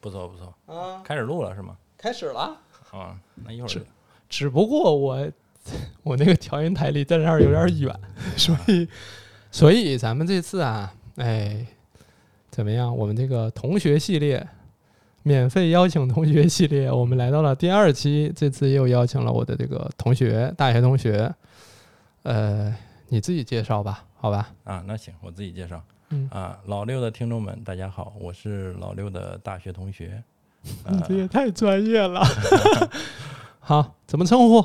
不错不错，啊，开始录了是吗？开始了，啊，那一会儿是只不过我 我那个调音台离在这儿有点 远，所以所以咱们这次啊，哎，怎么样？我们这个同学系列免费邀请同学系列，我们来到了第二期，这次又邀请了我的这个同学，大学同学，呃，你自己介绍吧，好吧？啊，那行，我自己介绍。嗯啊，老六的听众们，大家好，我是老六的大学同学。你这也呃太专业了。 好，怎么称呼？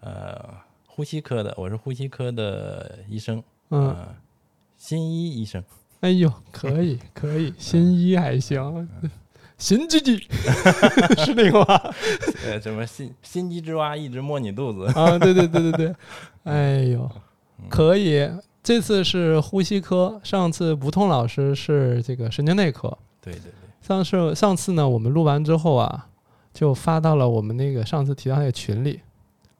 呃，呼吸科的，我是呼吸科的医生，嗯，呃，新一医 生。哎呦，可 以可以，新一还行，新鸡鸡嗯 是那个吧？呃，什么心心机之蛙一直摸你肚子。啊，对对对对对，哎呦嗯，可以。这次是呼吸科，上次吴痛老师是这个神经内科。对对对，上次上次呢，我们录完之后啊，就发到了我们那个上次提到那个群里，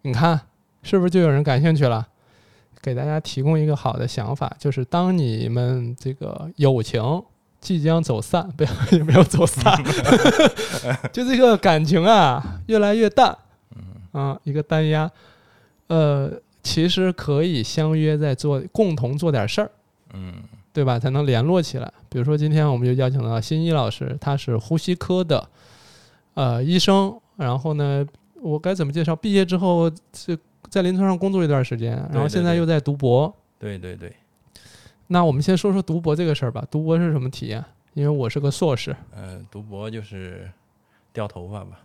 你看是不是就有人感兴趣了？给大家提供一个好的想法，就是当你们这个友情即将走散，不要也没有走散，就这个感情啊越来越淡，啊，一个单压，呃，其实可以相约在做共同做点事儿。嗯对吧？才能联络起来。比如说，今天我们就邀请到新一老师，他是呼吸科的呃医生，然后呢，我该怎么介绍？毕业之后是在临床上工作一段时间，然后对现在对又在读博。对对对，那我们先说说读博这个事儿吧。读博是什么体验？因为我是个硕士，呃，读博就是掉头发吧。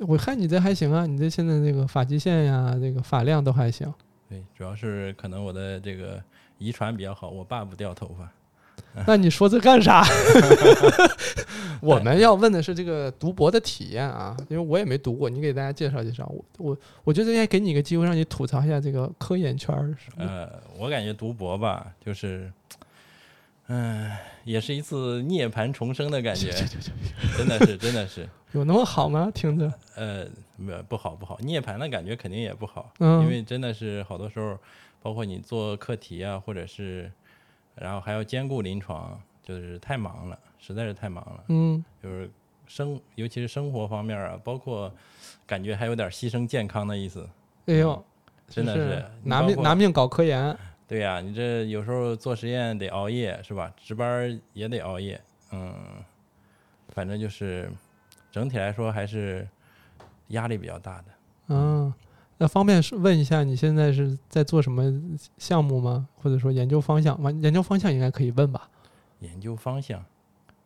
我看你这还行啊，你这现在这个发际线呀，这个发量都还行。对，主要是可能我的这个遗传比较好，我爸不掉头发。那你说这干啥？我们要问的是这个读博的体验啊，因为我也没读过，你给大家介绍介绍。我我我觉得应该给你一个机会，让你吐槽一下这个科研圈儿是吧。呃，我感觉读博吧，就是，嗯、也是一次涅槃重生的感觉，真的是，真的是，有那么好吗？听着，呃，没有不好不好，涅槃的感觉肯定也不好，嗯因为真的是好多时候，包括你做课题啊，或者是，然后还要兼顾临床，就是太忙了，实在是太忙了，嗯，就是生，尤其是生活方面啊，包括感觉还有点牺牲健康的意思，嗯哎呦，真的就是是你拿包命括拿命搞科研，对呀、你这有时候做实验得熬夜是吧？值班儿也得熬夜，嗯，反正就是整体来说还是压力比较大的。嗯。那方便说问一下，你现在是在做什么项目吗？或者说研究方向？完，研究方向应该可以问吧？研究方向，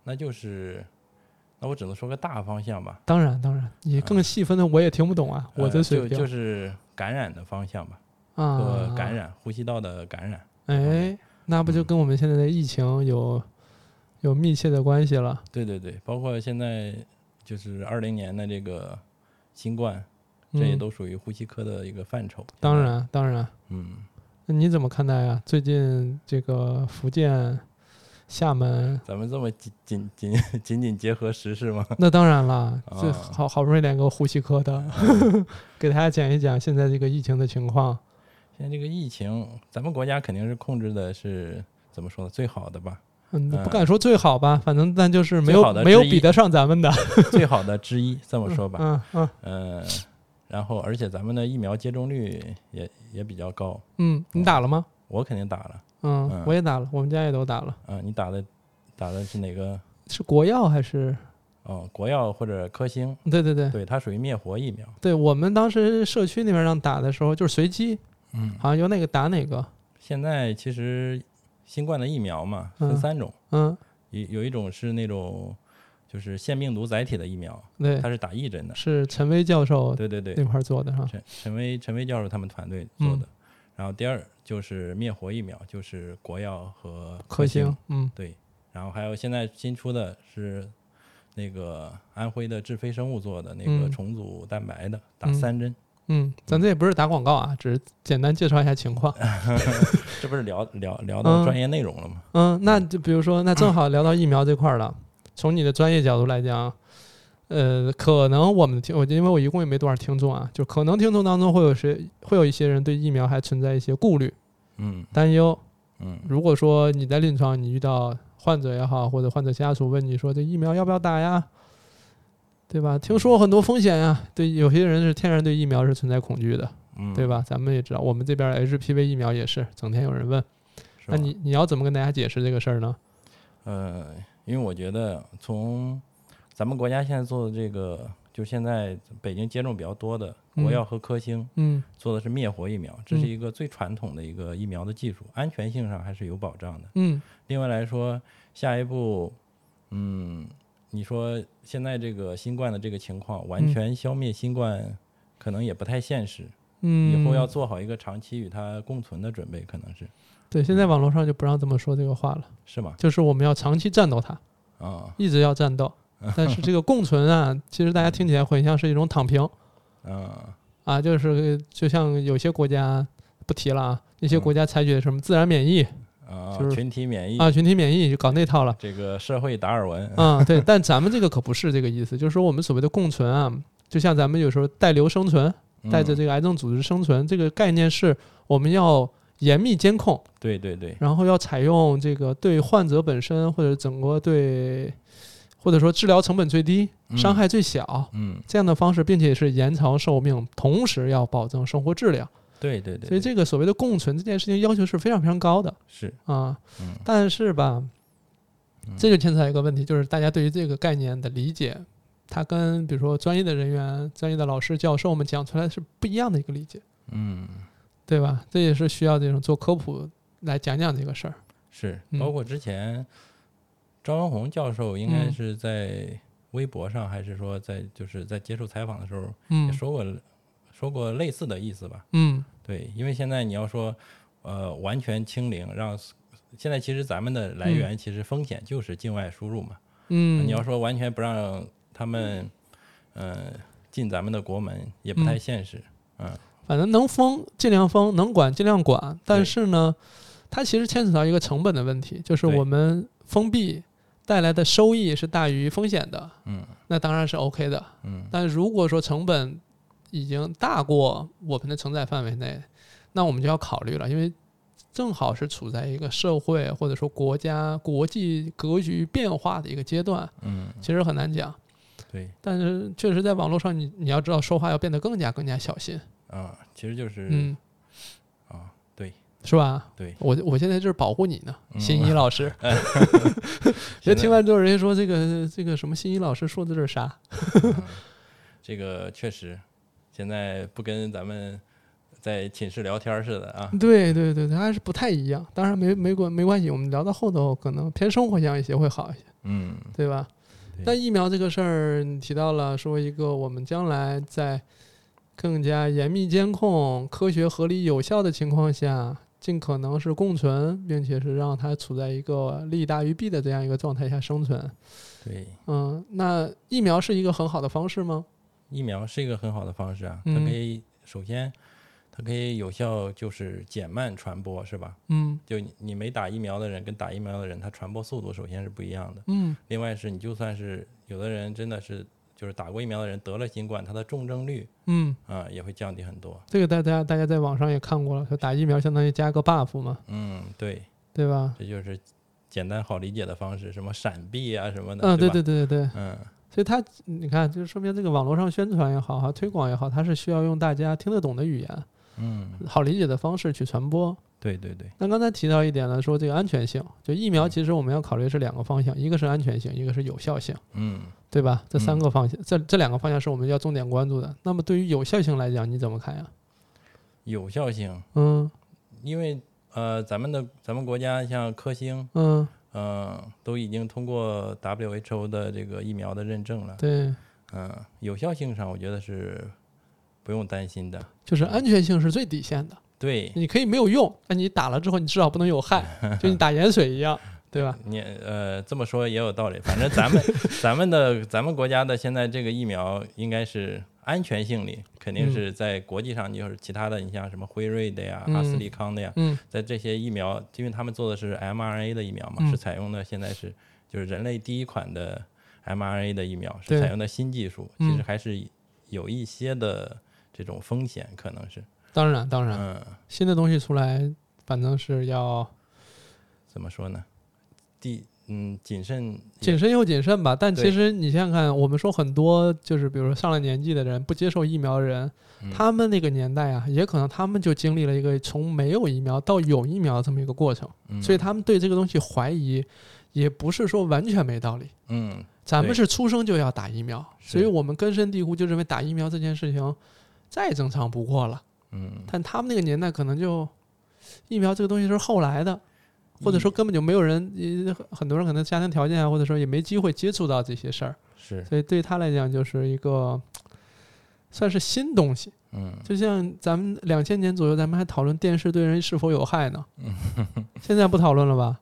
那就是，那我只能说个大方向吧，当然，当然，你更细分的我也听不懂啊，我哎呃这水就平、就是感染的方向吧，啊和，感染、呼吸道的感染。哎，那不就嗯跟我们现在的疫情有有密切的关系了？对对对，包括现在就是二零年的这个新冠，这嗯也都属于呼吸科的一个范畴。当，然当然。嗯，那你怎么看待啊？最近这个福建、厦 门，咱们这么紧紧紧紧紧结合时事吗？ 那当然啦，这啊好好不容易两个呼吸科 的，给大家讲一讲现在这个疫情的情况。现在这个疫情，咱们国家肯定是控制的是怎么说呢？最好 的吧，嗯，嗯不敢说最好吧，反正但就是没最有好的没有之一比得上咱们的。最好的之一，这么说吧。嗯嗯嗯、然后而且咱们的疫苗接种率也也比较高，嗯，你打了吗？我肯定打了。嗯哦嗯，我也打了，我们家也都打了。啊、你打的打的是哪个？是国药还是？哦，国药或者科兴？对对对，对，它属于灭活疫苗。对我们当时社区那边让打的时候，就是随机，嗯，好像有哪个打哪个。现在其实新冠的疫苗嘛，分嗯三种，嗯，有有一种是那种就是腺病毒载体的疫苗，对它，是打一针的。是陈薇教授对对对，那块儿做的哈。陈陈薇陈薇教授他们团队做嗯的。然后第二就是灭活疫苗，就是国药和科兴兴。，嗯对，然后还有现在新出的是那个安徽的智飞生物做的那个嗯重组蛋白的，打嗯三针，嗯，咱这也不是打广告啊，只是简单介绍一下情况。这不是聊聊聊到嗯专业内容了吗？嗯，那就比如说，那正好聊到疫苗这块儿了。从你的专业角度来讲，呃，可能我们的听我因为我一共也没多少听众啊，就可能听众当中会有谁会有一些人对疫苗还存在一些顾虑、嗯担忧。嗯如果说你在临床你遇到患者也好，或者患者家属问你说这疫苗要不要打呀，对吧？听说很多风险呀、对，有些人是天然对疫苗是存在恐惧的，嗯，对吧？吧？咱们也知道，我们这边儿 HPV 疫苗也是，整天有人问，是那吧？你你要怎么跟大家解释这个事儿呢？呃，因为我觉得从咱们国家现在做的这个，就现在北京接种比较多的国嗯药和科兴嗯做的是灭活疫苗，这是嗯一个最传统的一个疫苗的技术，安全性上还是有保障的。嗯另外来说，下一步，嗯，你说现在这个新冠的这个情况，完嗯全消灭新冠可能也不太现实，嗯，以后要做好一个长期与它共存的准备，可能是对，现在网络上就不让这么说这个话了，是吗？就是我们要长期战斗它，啊、一直要战 斗。但是这个共存啊，其实大家听起来会像是一种躺平啊、啊，就是就像有些国家不提了啊，那些嗯国家采取的什么自然免疫啊、就是群体免疫啊、群体免疫，就搞那套了。这个社会达尔文，啊，对，但咱们这个可不是这个意思，就是说我们所谓的共存啊，就像咱们有时候带瘤生存，带着嗯这个癌症组织生存，这个概念是我们要严密监控，对对对，然后要采用这个对患者本身或者整个对，或者说治疗成本最低、伤嗯害最小嗯，这样的方式，并且是延长寿命，同时要保证生活质量。对对对，所以这个所谓的共存这件事情要求是非常非常高的是啊嗯。但是吧，这就牵扯到一个问题，就是大家对于这个概念的理解。它跟比如说专业的人员、专业的老师、教授们讲出来是不一样的一个理解。嗯对吧？这也是需要这种做科普来讲讲这个事儿。是，嗯包括之前张文宏教授应该嗯是在微博上，还是说在就是在接受采访的时候也嗯说过、说过类似的意思吧？嗯对，因为现在你要说呃完全清零，让现在其实咱们的来源其实风险就是境外输入嘛，嗯，你要说完全不让他们呃进咱们的国门也不太嗯现实，反正能封尽量封，能管尽量管。但对是呢，它其实牵扯到一个成本的问题，就是对我们封闭带来的收益是大于风险的，嗯那当然是 OK 的。嗯但如果说成本已经大过我们的承载范围内，那我们就要考虑了，因为正好是处在一个社会或者说国家国际格局变化的一个阶段，嗯，其实很难讲。对。但是确实在网络上你，你要知道说话要变得更加更加小心，啊，其实就是、嗯，啊，对，是吧？对我我现在就是保护你呢，嗯新一老师。 别、 现在听完之后，人家说这个这个什么新一老师说的这是啥？ 这个确实，现在不跟咱们在寝室聊天儿似的啊。对对对，他还是不太一样。当然没没关没关系，我们聊到后头可能偏生活向一些会好一些，嗯对吧？对但疫苗这个事儿，你提到了说一个我们将来在更加严密监控、科学、合理、有效的情况下，尽可能是共存，并且是让它处在一个利大于弊的这样一个状态下生存。对，嗯，那疫苗是一个很好的方式吗？疫苗是一个很好的方式啊，它嗯可以首先它可以有效就是减慢传播，是吧？嗯就你你没打疫苗的人跟打疫苗的人，他传播速度首先是不一样的。嗯另外是你就算是有的人真的是就是打过疫苗的人得了新冠，他的重症率嗯，啊也会降低很多。这个大家大家在网上也看过了，说打疫苗相当于加个 buff 嘛，嗯，对，对吧？这就是简单好理解的方式，什么闪避啊什么的，嗯，对对吧对对对对，嗯，所以它你看，就是说明这个网络上宣传也好哈，推广也好，它是需要用大家听得懂的语言、嗯，好理解的方式去传播。对对对，那刚才提到一点呢，说这个安全性，就疫嗯苗其实我们要考虑是两个方向，一个是安全性，一个是有效性，嗯，对吧？这三嗯个方向，这这两个方向是我们要重点关注的。那么对于有效性来讲，你怎么看呀？有效性，嗯因为呃，咱们的咱们国家像科兴，嗯，嗯、都已经通过 WHO 的这个疫苗的认证了，对，嗯、有效性上我觉得是不用担心的，就是安全性是最底线的，对你可以没有用，但你打了之后，你至少不能有害，就你打盐水一样，对吧？你呃这么说也有道理，反正 咱们咱们的咱们国家的现在这个疫苗应该是。安全性里肯定嗯是在国际上，就是其他的，你像什么辉瑞的呀、阿斯嗯利康的呀，嗯在这些疫苗，因为他们做的是 mRNA 的疫苗嘛，嗯是采用的现在是就是人类第一款的 mRNA 的疫苗，对是采用的新技术，嗯其实还是有一些的这种风险，可能是，当然当然，嗯，新的东西出来，反正是要怎么说呢？第嗯谨慎也谨慎又谨慎吧。但对其实你想想看，我们说很多就是比如说上了年纪的人不接受疫苗的人，嗯他们那个年代啊，也可能他们就经历了一个从没有疫苗到有疫苗这么一个过程，嗯所以他们对这个东西怀疑，也不是说完全没道理。嗯咱们对是出生就要打疫苗，是所以我们根深蒂固就认为打疫苗这件事情再正常不过了。嗯但他们那个年代可能就疫苗这个东西是后来的，或者说根本就没有人，呃很多人可能家庭条件啊，或者说也没机会接触到这些事儿，是所以对他来讲就是一个算是新东西。嗯就像咱们两千年左右，咱们还讨论电视对人是否有害呢，现在不讨论了吧？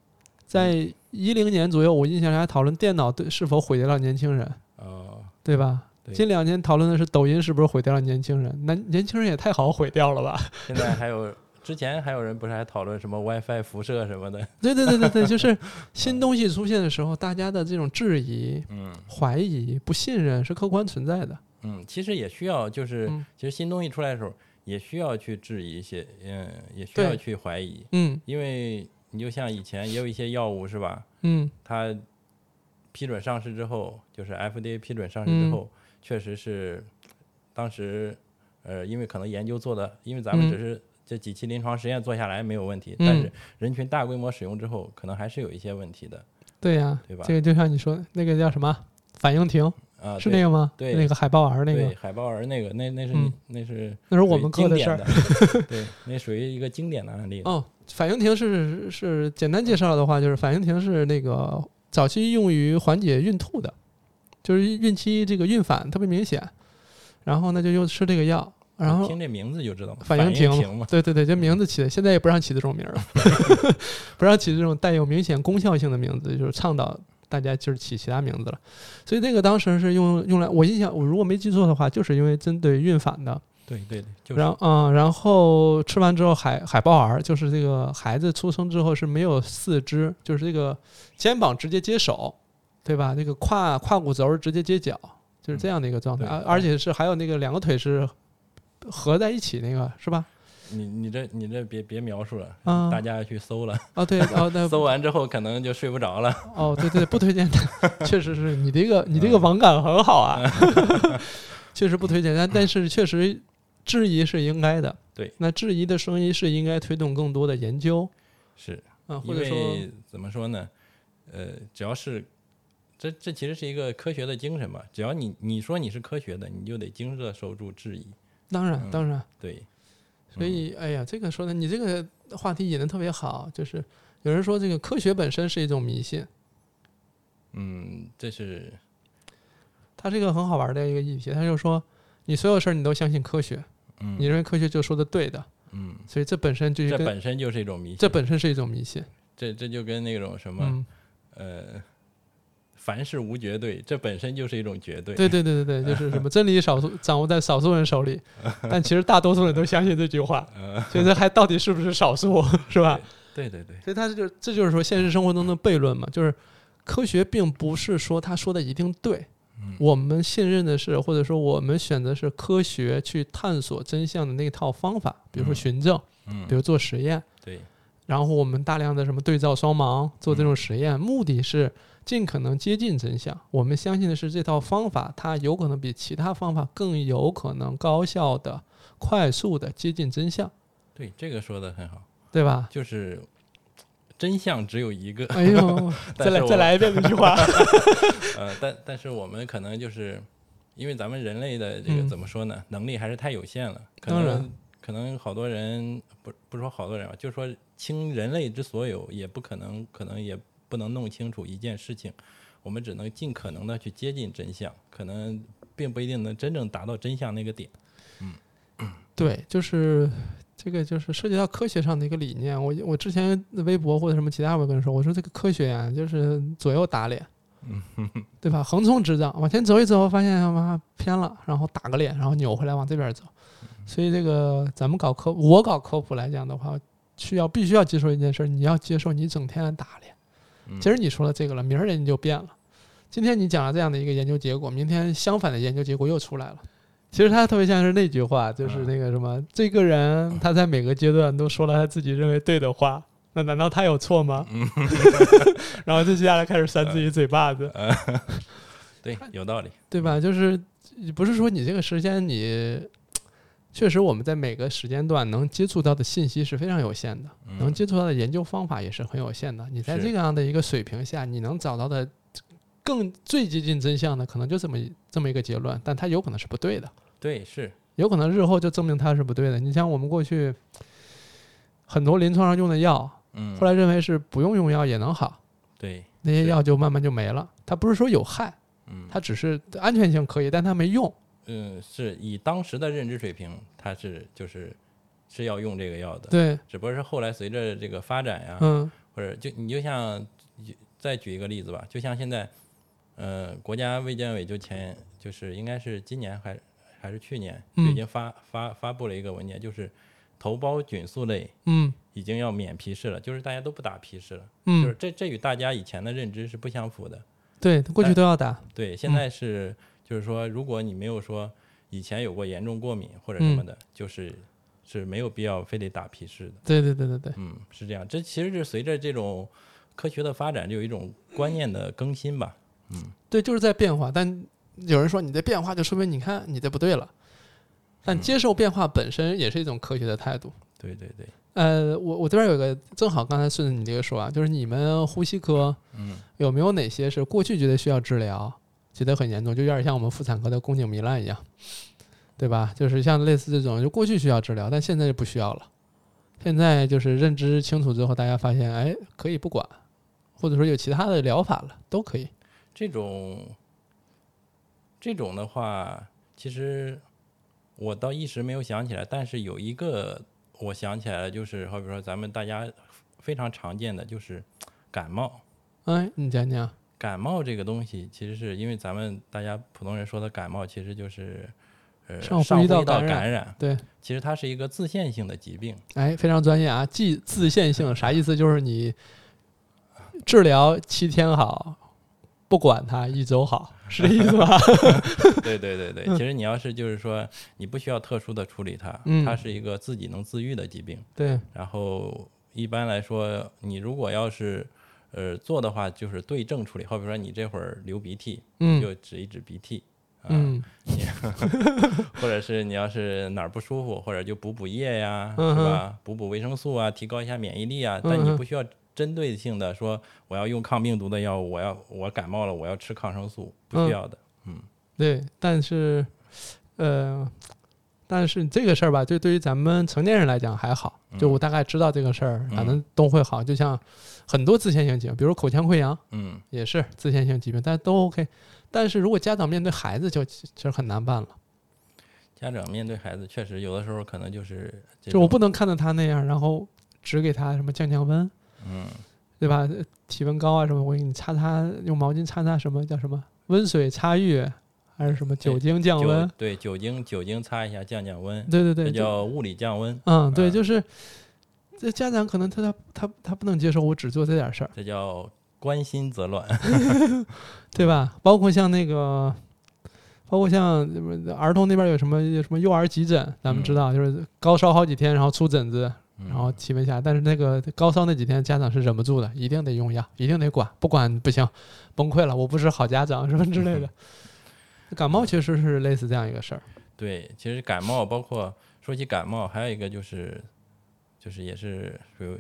在一零年左右，我印象里还讨论电脑对是否毁掉了年轻人，哦对吧？对近两年讨论的是抖音是不是毁掉了年轻人，那年轻人也太好毁掉了吧？现在还有之前还有人不是还讨论什么 WiFi 辐射什么的对对对对对，就是新东西出现的时候，大家的这种质疑、嗯怀疑、不信任是客观存在的。嗯其实也需要就是嗯其实新东西出来的时候也需要去质疑一些嗯也需要对去怀疑，嗯因为你就像以前也有一些药物是吧？嗯它批准上市之后，就是 FDA 批准上市之嗯后，确实是当时呃，因为可能研究做的，因为咱们嗯只是这几期临床实验做下来没有问题，但嗯是人群大规模使用之后，可能还是有一些问题的对呀、对吧这个就像你说的那个叫什么反应停，啊。是对那个吗？对那个海豹儿那对个，海豹儿那个，那那是你嗯那是那是我属于们经哥的典事儿。 的对，那属于一个经典的案例了。哦，反应停是是简单介绍的话，就是反应停是那个早期用于缓解孕吐的，就是孕期这个孕反特别明显，然后呢就又吃这个药，然后听这名字就知道嘛，反应应停了停嘛，对对对，这名字起的，现在也不让起这种名儿了， 不让起这种带有明显功效性的名字，就是倡导大家就是起其他名字了。所以那个当时是用用来，我印象我如果没记错的话，就是因为针对孕反的。对对对，就是然后嗯，然后吃完之后海海豹儿就是这个孩子出生之后是没有四肢，就是这个肩膀直接接手，对吧？那个胯胯骨轴儿直接接脚，就是这样的一个状态，嗯而对而且是还有那个两个腿是合在一起那个是吧？你你这你这别别描述了，啊、大家去搜了。哦，对，哦， 那搜完之后可能就睡不着了。哦，对对，不推荐的，确实是你这个你这个网感很好啊，嗯确实不推荐，但但是确实质疑是应该的，对，那质疑的声音是应该推动更多的研究，是，啊，或因者说，为怎么说呢？呃，只要是这这其实是一个科学的精神吧。只要你你说你是科学的，你就得经得受住质疑。当然嗯当然，对，所以哎呀，这个说的你这个话题引的特别好，就是有人说这个科学本身是一种迷信，嗯，这是它是一个很好玩的一个议题，他就说你所有事儿你都相信科学，你嗯认为科学就说的对的，嗯，所以这本身就是这跟本身就是一种迷信。这本身是一种迷信，这这就跟那种什么嗯。呃，凡事无绝对，这本身就是一种绝对。对对对对对，就 是什么真理少数掌握在少数人手里，但其实大多数人都相信这句 话，觉得还到底是不是少数，是吧？嗯对对对，所以他就这就是说现实生活中的悖论嘛，就是科学并不是说他说的一定嗯对，我们信任的是或者说我们选择是科学去探索真相的那套方法，比如说嗯循证，比嗯，如做实验，对，然后我们大量的什么对照双盲做这种实验，目的是尽可能接近真相。我们相信的是这套方法，它有可能比其他方法更有可能高效的、快速的接近真相，对，这个说的很好，对吧？就是真相只有一个。哎呦，再但是来我再来一遍这句话。呃，但但是我们可能就是因为咱们人类的这个嗯怎么说呢，能力还是太有限了。可当能然可能好多人不不说好多人吧，就说倾人类之所有，也不可能，可能也不能弄清楚一件事情。我们只能尽可能的去接近真相，可能并不一定能真正达到真相那个点。对，就是这个就是涉及到科学上的一个理念。我我之前微博或者什么其他我跟人说，我说这个科学呀、就是左右打脸，对吧？横冲直撞，往前走一走，发现他妈偏了，然后打个脸，然后扭回来往这边走。所以这个咱们搞科，我搞科普来讲的话，需要必须要接受一件事儿，你要接受你整天的打脸。嗯今儿你说了这个了，明儿人家就变了。今天你讲了这样的一个研究结果，明天相反的研究结果又出来了。啊其实他特别像是那句话，就是那个什么，这个人他在每个阶段都说了他自己认为对的话，那难道他有错吗？ 然后就接下来开始扇自己嘴巴子，对，有道理。对吧？就是不是说你这个时间你。确实，我们在每个时间段能接触到的信息是非常有限的，能嗯，接触到的研究方法也是很有限的。你在是这样的一个水平下，你能找到的更最接近真相的，可能就这么一这么一个结论，但它有可能是不对的，对，是，有可能日后就证明它是不对的。你像我们过去很多临床上用的药，嗯，后来认为是不用用药也能好，对，那些是药就慢慢就没了。它不是说有害，嗯，它只是安全性可以，但它没用。嗯，是以当时的认知水平，他是就是是要用这个药的，对，只不过是后来随着这个发展呀、嗯或者就你就像再举一个例子吧，就像现在，呃，国家卫健委就前就是应该是今年还还是去年就嗯已经发、发发布了一个文件，就是头孢菌素类嗯已经要免皮试了，就是大家都不打皮试了，就是嗯，这这与大家以前的认知是不相符的。对，过去都要打，对，现在是就是说，如果你没有说以前有过严重过敏或者嗯什么的，就是是没有必要非得打皮试的。对对对对对。嗯，是这样。这其实是随着这种科学的发展，就有一种观念的更新吧。对，就是在变化。但有人说你的变化就说明你看你这不对了，但接受变化本身也是一种科学的态度。对对对，呃，我我这边有个正好刚才顺着你这个说啊，就是你们呼吸科嗯有没有哪些是过去觉得需要治疗，觉得很严重，就有点像我们妇产科的宫颈糜烂一样，对吧？就是像类似这种，就过去需要治疗，但现在就不需要了。现在就是认知清楚之后，大家发现，哎，可以不管，或者说有其他的疗法了，都可以。这种这种的话，其实我倒一时没有想起来，但是有一个我想起来了，就是好比说咱们大家非常常见的就是感冒。哎，你讲讲，感冒这个东西，其实是因为咱们大家普通人说的感冒，其实就是呃上上呼吸道感感染对。其实它是一个自限性的疾病。哎，非常专业啊！既自限性啥意思？就是你治疗七天好，不管它一周好，是这意思吧？ 对对对对，其实你要是就是说你不需要特殊的处理它，嗯它是一个自己能自愈的疾病。对，然后一般来说，你如果要是呃做的话，就是对症处理。好比说你这会儿流鼻涕，嗯就止一止鼻涕。啊，嗯或者是你要是哪儿不舒服，或者就补补液呀，嗯是哼吧？补补维生素啊，提高一下免疫力啊。但嗯你哼不需要针对性的说我要用抗病毒的药物，我要我感冒了我要吃抗生素，不嗯需要的。对，但是呃，但是这个事儿吧，就对于咱们成年人来讲还好，就我大概知道这个事儿，反正都会好。就像很多自限性疾病，比如口腔溃疡嗯，也是自限性疾病，但都 OK。但是如果家长面对孩子就，其实很难办了。家长面对孩子，确实有的时候可能就是这就我种不能看到他那样，然后只给他什么降降温，嗯对吧？呃体温高啊什么，我给你擦擦，用毛巾擦擦什么叫什么温水擦浴，还是什么酒精降酒温？对酒精酒精擦一下降降温，对对这对，就叫物理降温，嗯对，嗯就是这家长可能他他他他不能接受我只做这点事儿，这叫关心则乱。对吧？包括像那个。包括像呃儿童那边有什么有什么幼儿急诊，咱们嗯知道就是高烧好几天，然后出疹子， 嗯然后体温下，但是那个高烧那几天，家长是忍不住的，一定得用药，一定得管，不管不行，崩溃了，我不是好家长什么之类的。嗯感冒确实是类似这样一个事儿，对，其实感冒包括说起感冒，还有一个就是就是也是属于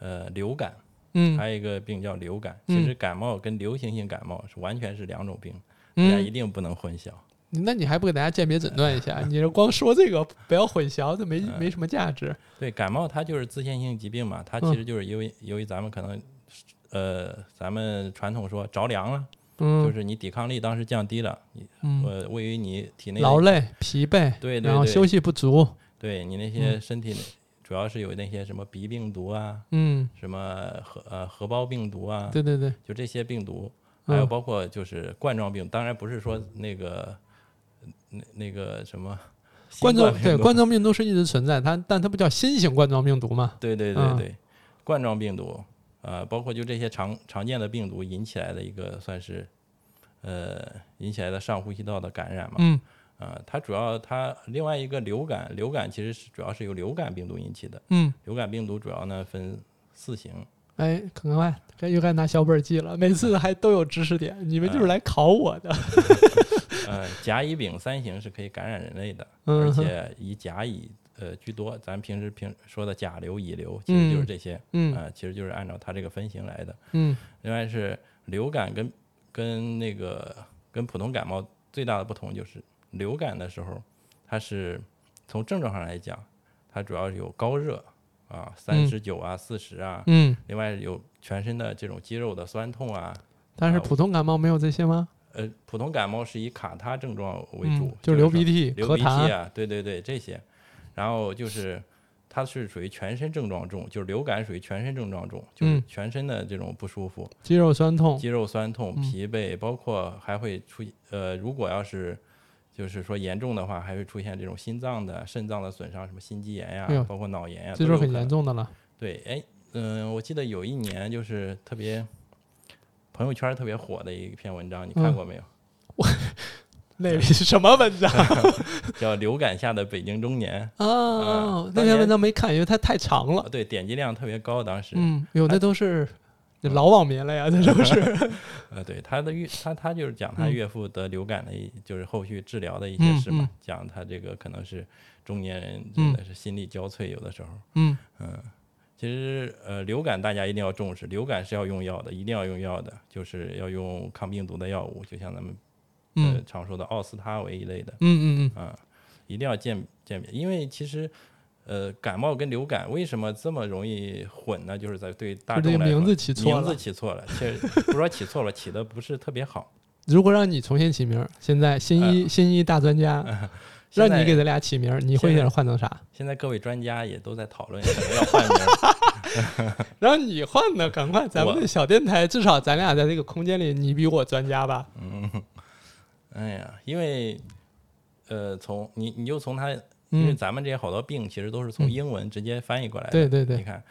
呃流感，嗯还有一个病叫流感。嗯其实感冒跟流行性感冒是完全是两种病，大哎家一哎嗯，定不能混淆。那你还不给大家鉴别诊断一下？你这光说这个不要混淆，这没哎没什么价值。对，感冒它就是自限性疾病嘛，它其嗯实就是由于、由于咱们可能呃咱们传统说着凉了，就嗯是你抵抗力当时降低了，你嗯，呃位于你体内的劳累、疲惫，对对然后对休息不足，对嗯你那些身体里主要是有那些什么鼻病毒啊，嗯，什么核呃核包病毒啊，对对对，就这些病毒，啊还有嗯包括就是冠状病，当然不是说那个那那个什么新冠状病对毒冠状病毒是一直存在，它但它不叫新型冠状病毒嘛？对对对嗯对，冠状病毒，呃，包括就这些常常见的病毒引起来的一个算是呃引起来的上呼吸道的感染嘛，嗯呃，它主要它另外一个流感，流感其实是主要是由流感病毒引起的。嗯，流感病毒主要呢分四型，哎，看看该又该拿小本记了，每次还都有知识点，嗯你们就是来考我 的。呃，甲乙丙三型是可以感染人类的，嗯而哼且以甲乙呃居多。咱平时平说的甲流、乙流，其实就是嗯这些，嗯呃，其实就是按照它这个分型来的。嗯另外是流感跟跟那个跟普通感冒最大的不同就是，流感的时候它是从症状上来讲，它主要是有高热啊，三十九啊、四十啊，嗯，另外有全身的这种肌肉的酸痛啊。但是普通感冒没有这些吗？呃，普通感冒是以卡他症状为主，嗯，就是流说鼻涕、流咳鼻涕痰。啊，对对对，这些。然后就是它是属于全身症状重，就是流感属于全身症状重，就是嗯全身的这种不舒服，肌肉酸痛肌肉酸痛、嗯疲惫，包括还会出呃，如果要是就是说严重的话，还会出现这种心脏的、肾脏的损伤，什么心肌炎呀、哎呦包括脑炎呀、这都就是有很可能严重的了。对，哎，嗯、我记得有一年就是特别朋友圈儿特别火的一篇文章，你看嗯过没有？那是什么文章 叫《流感下的北京中年哦啊，那当年篇文章没看，因为它太长》了啊，。对，点击量特别高，当时，嗯，有那都是嗯老网民了呀，这都 是。呃，对，他的岳他他就是讲他嗯岳父得流感的一，就是后续治疗的一嗯些事嘛，嗯讲他这个可能是中年人真的是心力交瘁，有的时候，嗯嗯，其实呃，流感大家一定要重视，流感是要用药的，一定要用药的，就是要用抗病毒的药物，就像咱们呃嗯常说的奥司他韦一类的，嗯嗯啊，一定要鉴鉴别，因为其实。呃，感冒跟流感为什么这么容易混呢？就是在对大嗯，就众这个来说，名字起错名了字。起错了，确实不说起错了，起的不是特别好。如果让你重新起名儿，现在新一新一大专家， 让嗯现在你给咱俩起名儿，你会现在想换成啥？现在各位专家也都在讨论可能要换名儿，让你换呢，赶快，咱们我这小电台至少咱俩在这个空间里，你比我专家吧？嗯，哎呀，因为呃，从你你就从它，因为嗯，咱们这些好多病其实都是从英文直接翻译过来的。对对哎你对，看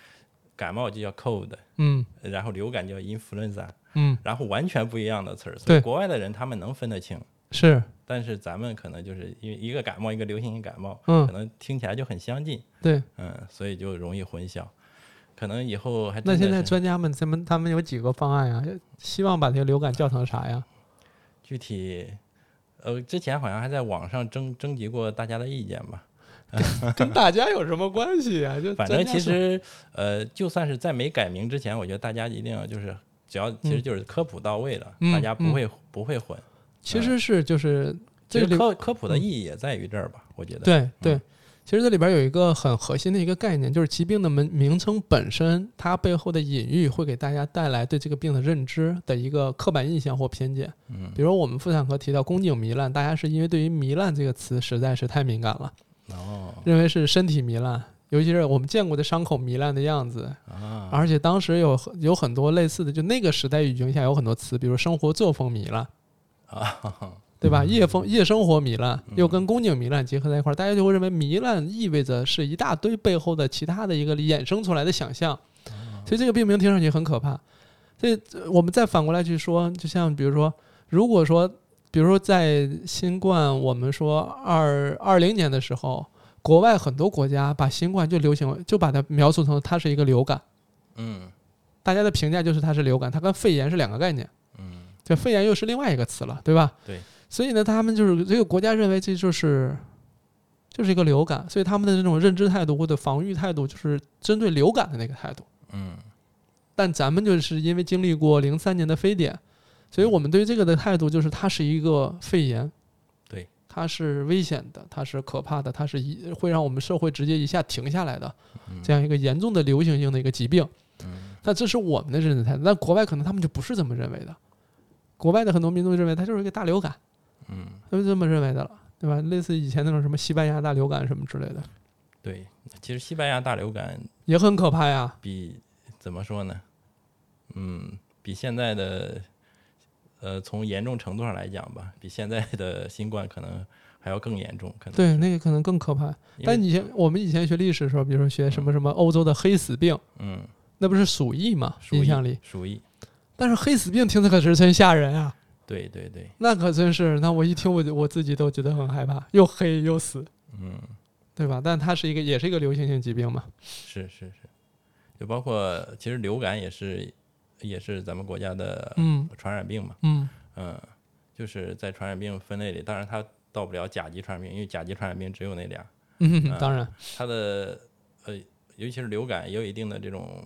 感冒就叫 cold，嗯然后流感叫 influenza，嗯，然后完全不一样的词儿，所对以国外的人他们能分得清。是，但是咱们可能就是因为一个感冒，一个流行性感冒，嗯可能听起来就很相近，对。嗯，所以就容易混淆。可能以后还那真的现在是专家们，咱们他们有几个方案呀？希望把这个流感叫成啥 呀？具体，呃，之前好像还在网上征征集过大家的意见吧。跟大家有什么关系呀？ 就反专正家其说实，呃，就算是在没改名之前，我觉得大家一定要就是，只要其实就是科普到位了，嗯大家嗯不会、不会混。其实是就是这其实个流科科普的意义也在于这儿吧，我觉得。对对，其实这里边有一个很核心的一个概念，就是疾病的名名称本身，它背后的隐喻会给大家带来对这个病的认知的一个刻板印象或偏见。嗯比如我们妇产科提到宫颈糜烂，大家是因为对于糜烂这个词实在是太敏感了，哦认为是身体糜烂。尤其是我们见过的伤口糜烂的样子，啊，而且当时有很有很多类似的，就那个时代语境下有很多词，比如生活作风糜烂啊，对吧？夜风夜生活糜烂，又跟宫颈糜烂结合在一块儿，大家就会认为糜烂意味着是一大堆背后的其他的一个衍生出来的想象，所以这个病名听上去很可怕。所以呃我们再反过来去说，就像比如说，如果说，比如说在新冠，我们说二二零年的时候，国外很多国家把新冠就流行为，就把它描述成它是一个流感。嗯大家的评价就是它是流感，它跟肺炎是两个概念。嗯，这肺炎又是另外一个词了，对吧？对。所以呢，他们就是这个国家认为这就是就是一个流感，所以他们的这种认知态度或者防御态度就是针对流感的那个态度。嗯，但咱们就是因为经历过零三年的非典，所以我们对于这个的态度就是它是一个肺炎，对，它是危险的，它是可怕的，它是一会让我们社会直接一下停下来的嗯这样一个严重的流行性的一个疾病。嗯那这是我们的认知态度，但国外可能他们就不是这么认为的。国外的很多民众认为它就是一个大流感，嗯，他们这么认为的了，对吧？类似以前那种什么西班牙大流感什么之类的，对，其实西班牙大流感也很可怕呀。比怎么说呢？嗯，比现在的呃，从严重程度上来讲吧，比现在的新冠可能还要更严重，可能对，那个可能更可怕。嗯因为但以前我们以前学历史的时候，比如说学什么什么欧洲的黑死病，嗯，那不是鼠疫吗？鼠印疫象里，鼠疫，但是黑死病听着可是真吓人啊！对对对，那可真是，那我一听我就我自己都觉得很害怕，又黑又死，嗯，对吧？但它是一个也是一个流行性疾病嘛，是是是，就包括其实流感也是也是咱们国家的嗯传染病嘛，嗯嗯，就是在传染病分类里，当然它到不了甲级传染病，因为甲级传染病只有那俩，嗯， 当然，它的呃，尤其是流感也有一定的这种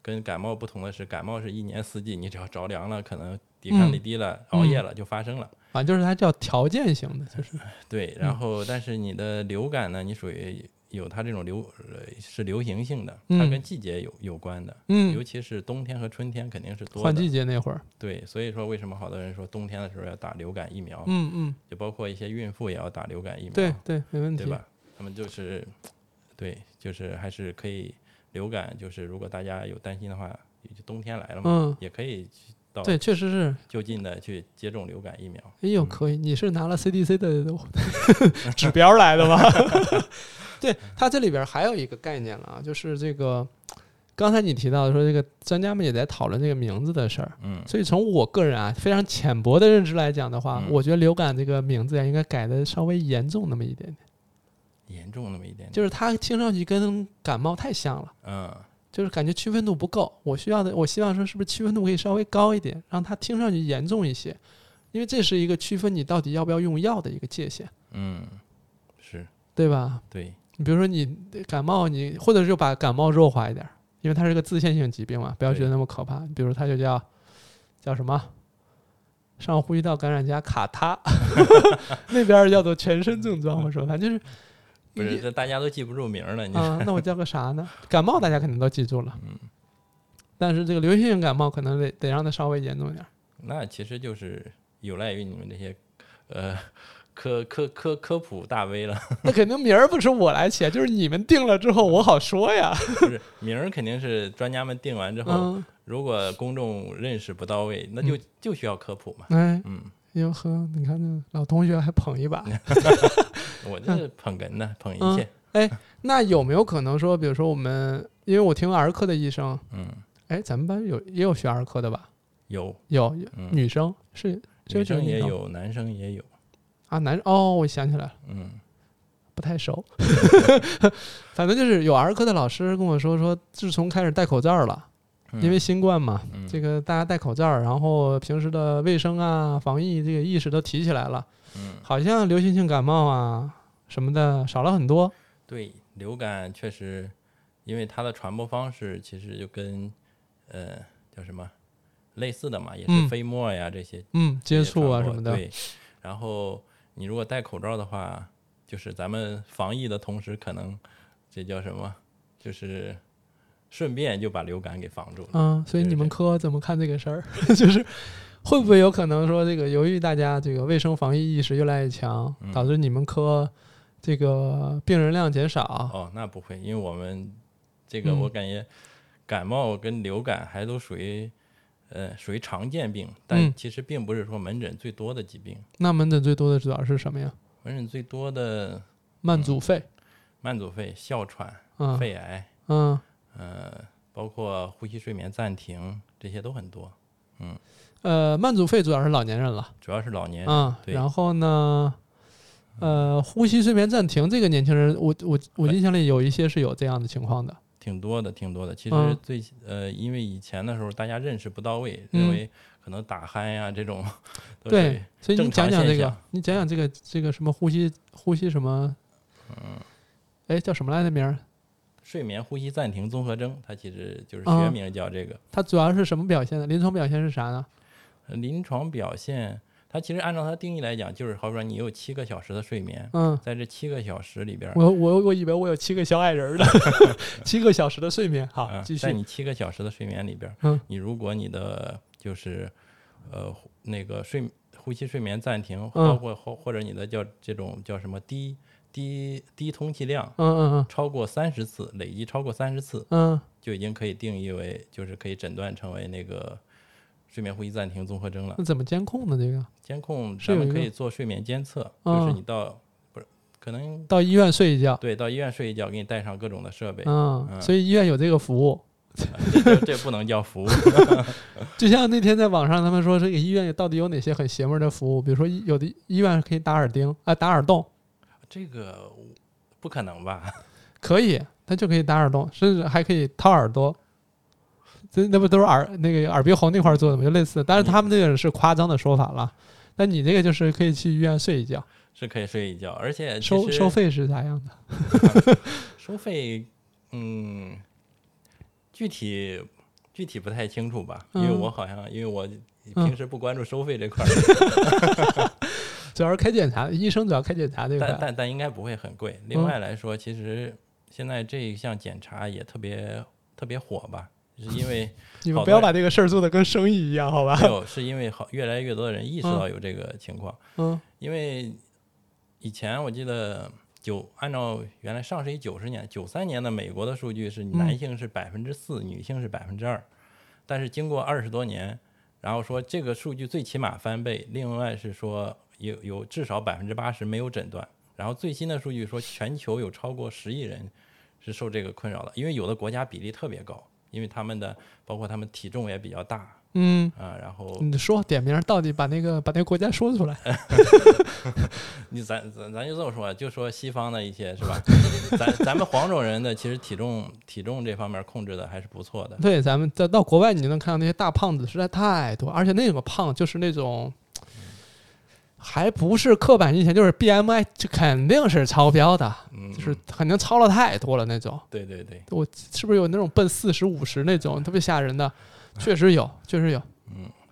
跟感冒不同的是，感冒是一年四季，你只要着凉了，可能抵抗力低了，嗯熬夜了就发生了。反正就是它叫条件型的，就是对，嗯然后但是你的流感呢，你属于有它这种流呃是流行性的，它嗯跟季节有有关的，尤嗯，其是冬天和春天肯定是多换的。季节那会儿，对，所以说为什么好多人说冬天的时候要打流感疫苗，嗯嗯，就包括一些孕妇也要打流感疫苗，对对，没问题，对吧？那么就是，对，就是还是可以流感，就是如果大家有担心的话，也就冬天来了嘛，嗯，也可以去到对，确实是，就近的去接种流感疫苗。哎呦，可以，你是拿了 CDC 的指标来的吗？对，它这里边还有一个概念了啊，就是这个，刚才你提到说这个专家们也在讨论这个名字的事儿，嗯所以从我个人啊非常浅薄的认知来讲的话，嗯我觉得流感这个名字啊应该改的稍微严重那么一点嗯点，严重那么一点点，就是它听上去跟感冒太像了。嗯就是感觉区分度不够，我需要的，我希望说是不是区分度可以稍微高一点，让它听上去严重一些，因为这是一个区分你到底要不要用药的一个界限。嗯，是对吧？对，你比如说你感冒你，或者就把感冒弱化一点儿，因为它是个自限性疾病嘛，不要觉得那么可怕。比如它就叫叫什么上呼吸道感染加卡他， 那边儿叫做全身症状。我说反正就是不是这大家都记不住名儿 了，你、啊、那我叫个啥呢？感冒大家肯定都记住了，嗯但是这个流行性感冒可能得得让它稍微严重一点儿。那其实就是有赖于你们这些呃科科科科普大 V 了， 那肯定名儿不是我来起，就是你们定了之后我好说呀。不是名儿肯定是专家们定完之后，嗯，如果公众认识不到位，那就、就需要科普嘛。哎，嗯，哟呵，你看这老同学还捧一把。 我这是捧哏呢，捧一嗯切。那有没有可能说，比如说我们，因为我听儿科的医生，嗯，哎，咱们班有也有学儿科的吧？有有，有嗯女生是这女就生是也女生有，男生也有。啊，男哦，我想起来了，嗯不太熟， 反正就是有儿科的老师跟我说，说自从开始戴口罩了，嗯，因为新冠嘛，嗯这个大家戴口罩，然后平时的卫生啊、防疫这个意识都提起来了，嗯好像流行性感冒啊什么的少了很多，对流感确实，因为它的传播方式其实就跟呃叫什么类似的嘛，也是嗯飞沫呀这些嗯，接这些触啊传什播么的，对，然后你如果戴口罩的话，就是咱们防疫的同时，可能这叫什么？就是顺便就把流感给防住了。嗯，所以对你们对科怎么看这个事儿？ 就是会不会有可能说，这个由于大家这个卫生防疫意识越来越强，嗯导致你们科这个病人量减少？哦，那不会，因为我们这个嗯我感觉感冒跟流感还都属于呃属于常见病，但嗯其实并不是说门诊最多的疾病。那门诊最多的主要是什么呀？门诊最多的慢阻肺，慢阻肺、哮喘、嗯肺癌，嗯，呃，包括呼吸睡眠暂停，这些都很多，呃，慢阻肺主要是老年人了，主要是老年人。嗯，对嗯然后呢？呃，呼吸睡眠暂停，这个年轻人，我我我印象里有一些是有这样的情况的。挺多的，挺多的。其实嗯最、呃，因为以前的时候大家认识不到位，嗯认为可能打鼾呀、这种，都对是，所以你正讲常讲现这个象，你讲讲这个这个什么呼吸呼吸什么，嗯，哎叫什么来着名儿？睡眠呼吸暂停综合征，它其实就是啊学名叫这个。它主要是什么表现呢？临床表现是啥呢？呃临床表现，它其实按照它定义来讲，就是好比说你有七个小时的睡眠，嗯，在这七个小时里边儿，我我我以为我有七个小矮 人儿的，七个小时的睡眠。好，啊继在续。你七个小时的睡眠里边儿，嗯你如果你的就是呃呼那个睡呼吸睡眠暂停，嗯包括或或者你的叫这种叫什么低低低通气量。嗯嗯超过三十次，累计超过三十次，嗯就已经可以定义为，就是可以诊断成为那个睡眠呼吸暂停综合征了嗯，那。怎么监控呢？这个监控嗯是咱有们一可个以做睡眠监测，嗯就是你到不是可能到医院睡一觉，对到医院睡一觉，给你带上各种的设备。嗯，嗯所以医院有这个服务，这这不能叫服务。就像那天在网上他们说，这个医院到底有哪些很邪门的服务？比如说医，有的医院可以打耳钉啊、打耳洞，这个不可能吧？ 可以，他就可以打耳洞，甚至还可以掏耳朵。这那不都是耳那个耳鼻喉那块儿做的吗？就类似，但是他们那个是夸张的说法了。但你这个就是可以去医院睡一觉，是可以睡一觉，而且嗯其收实收费是咋样的？收费，嗯，具体具体不太清楚吧，因为嗯我好像因为我嗯平时不关注收费这块儿，主要是开检查，医生主要开检查这块但儿。但但应该不会很贵。嗯另外来说，其实现在这一项检查也特别特别火吧，是因为你们好不多要人把这个事儿做的跟生意一样，好吧没？有是因为好越来越多的人意识到有这个情况，嗯因为以前我记得。九按照原来上世纪九十年九三年的美国的数据是男性是百分之四，女性是百分之二，但是经过二十多年，然后说这个数据最起码翻倍，另外是说有有至少百分之八十没有诊断，然后最新的数据说全球有超过十亿人是受这个困扰的，因为有的国家比例特别高，因为他们的包括他们体重也比较大嗯，啊，然后你说点名儿，到底把那个把那个国家说出来。你咱咱咱就这么说，就说西方的一些是 吧？咱咱们黄种人的其实体重体重这方面控制的还是不错的，对，咱们在到国外，你就能看到那些大胖子实在太多，而且那个胖就是那种，还不是刻板印象，就是 BMI 就肯定是超标的，嗯，就是肯定超了太多了那种。对对对，我是不是有那种奔四十五十那种特别吓人的？确实有，确实有。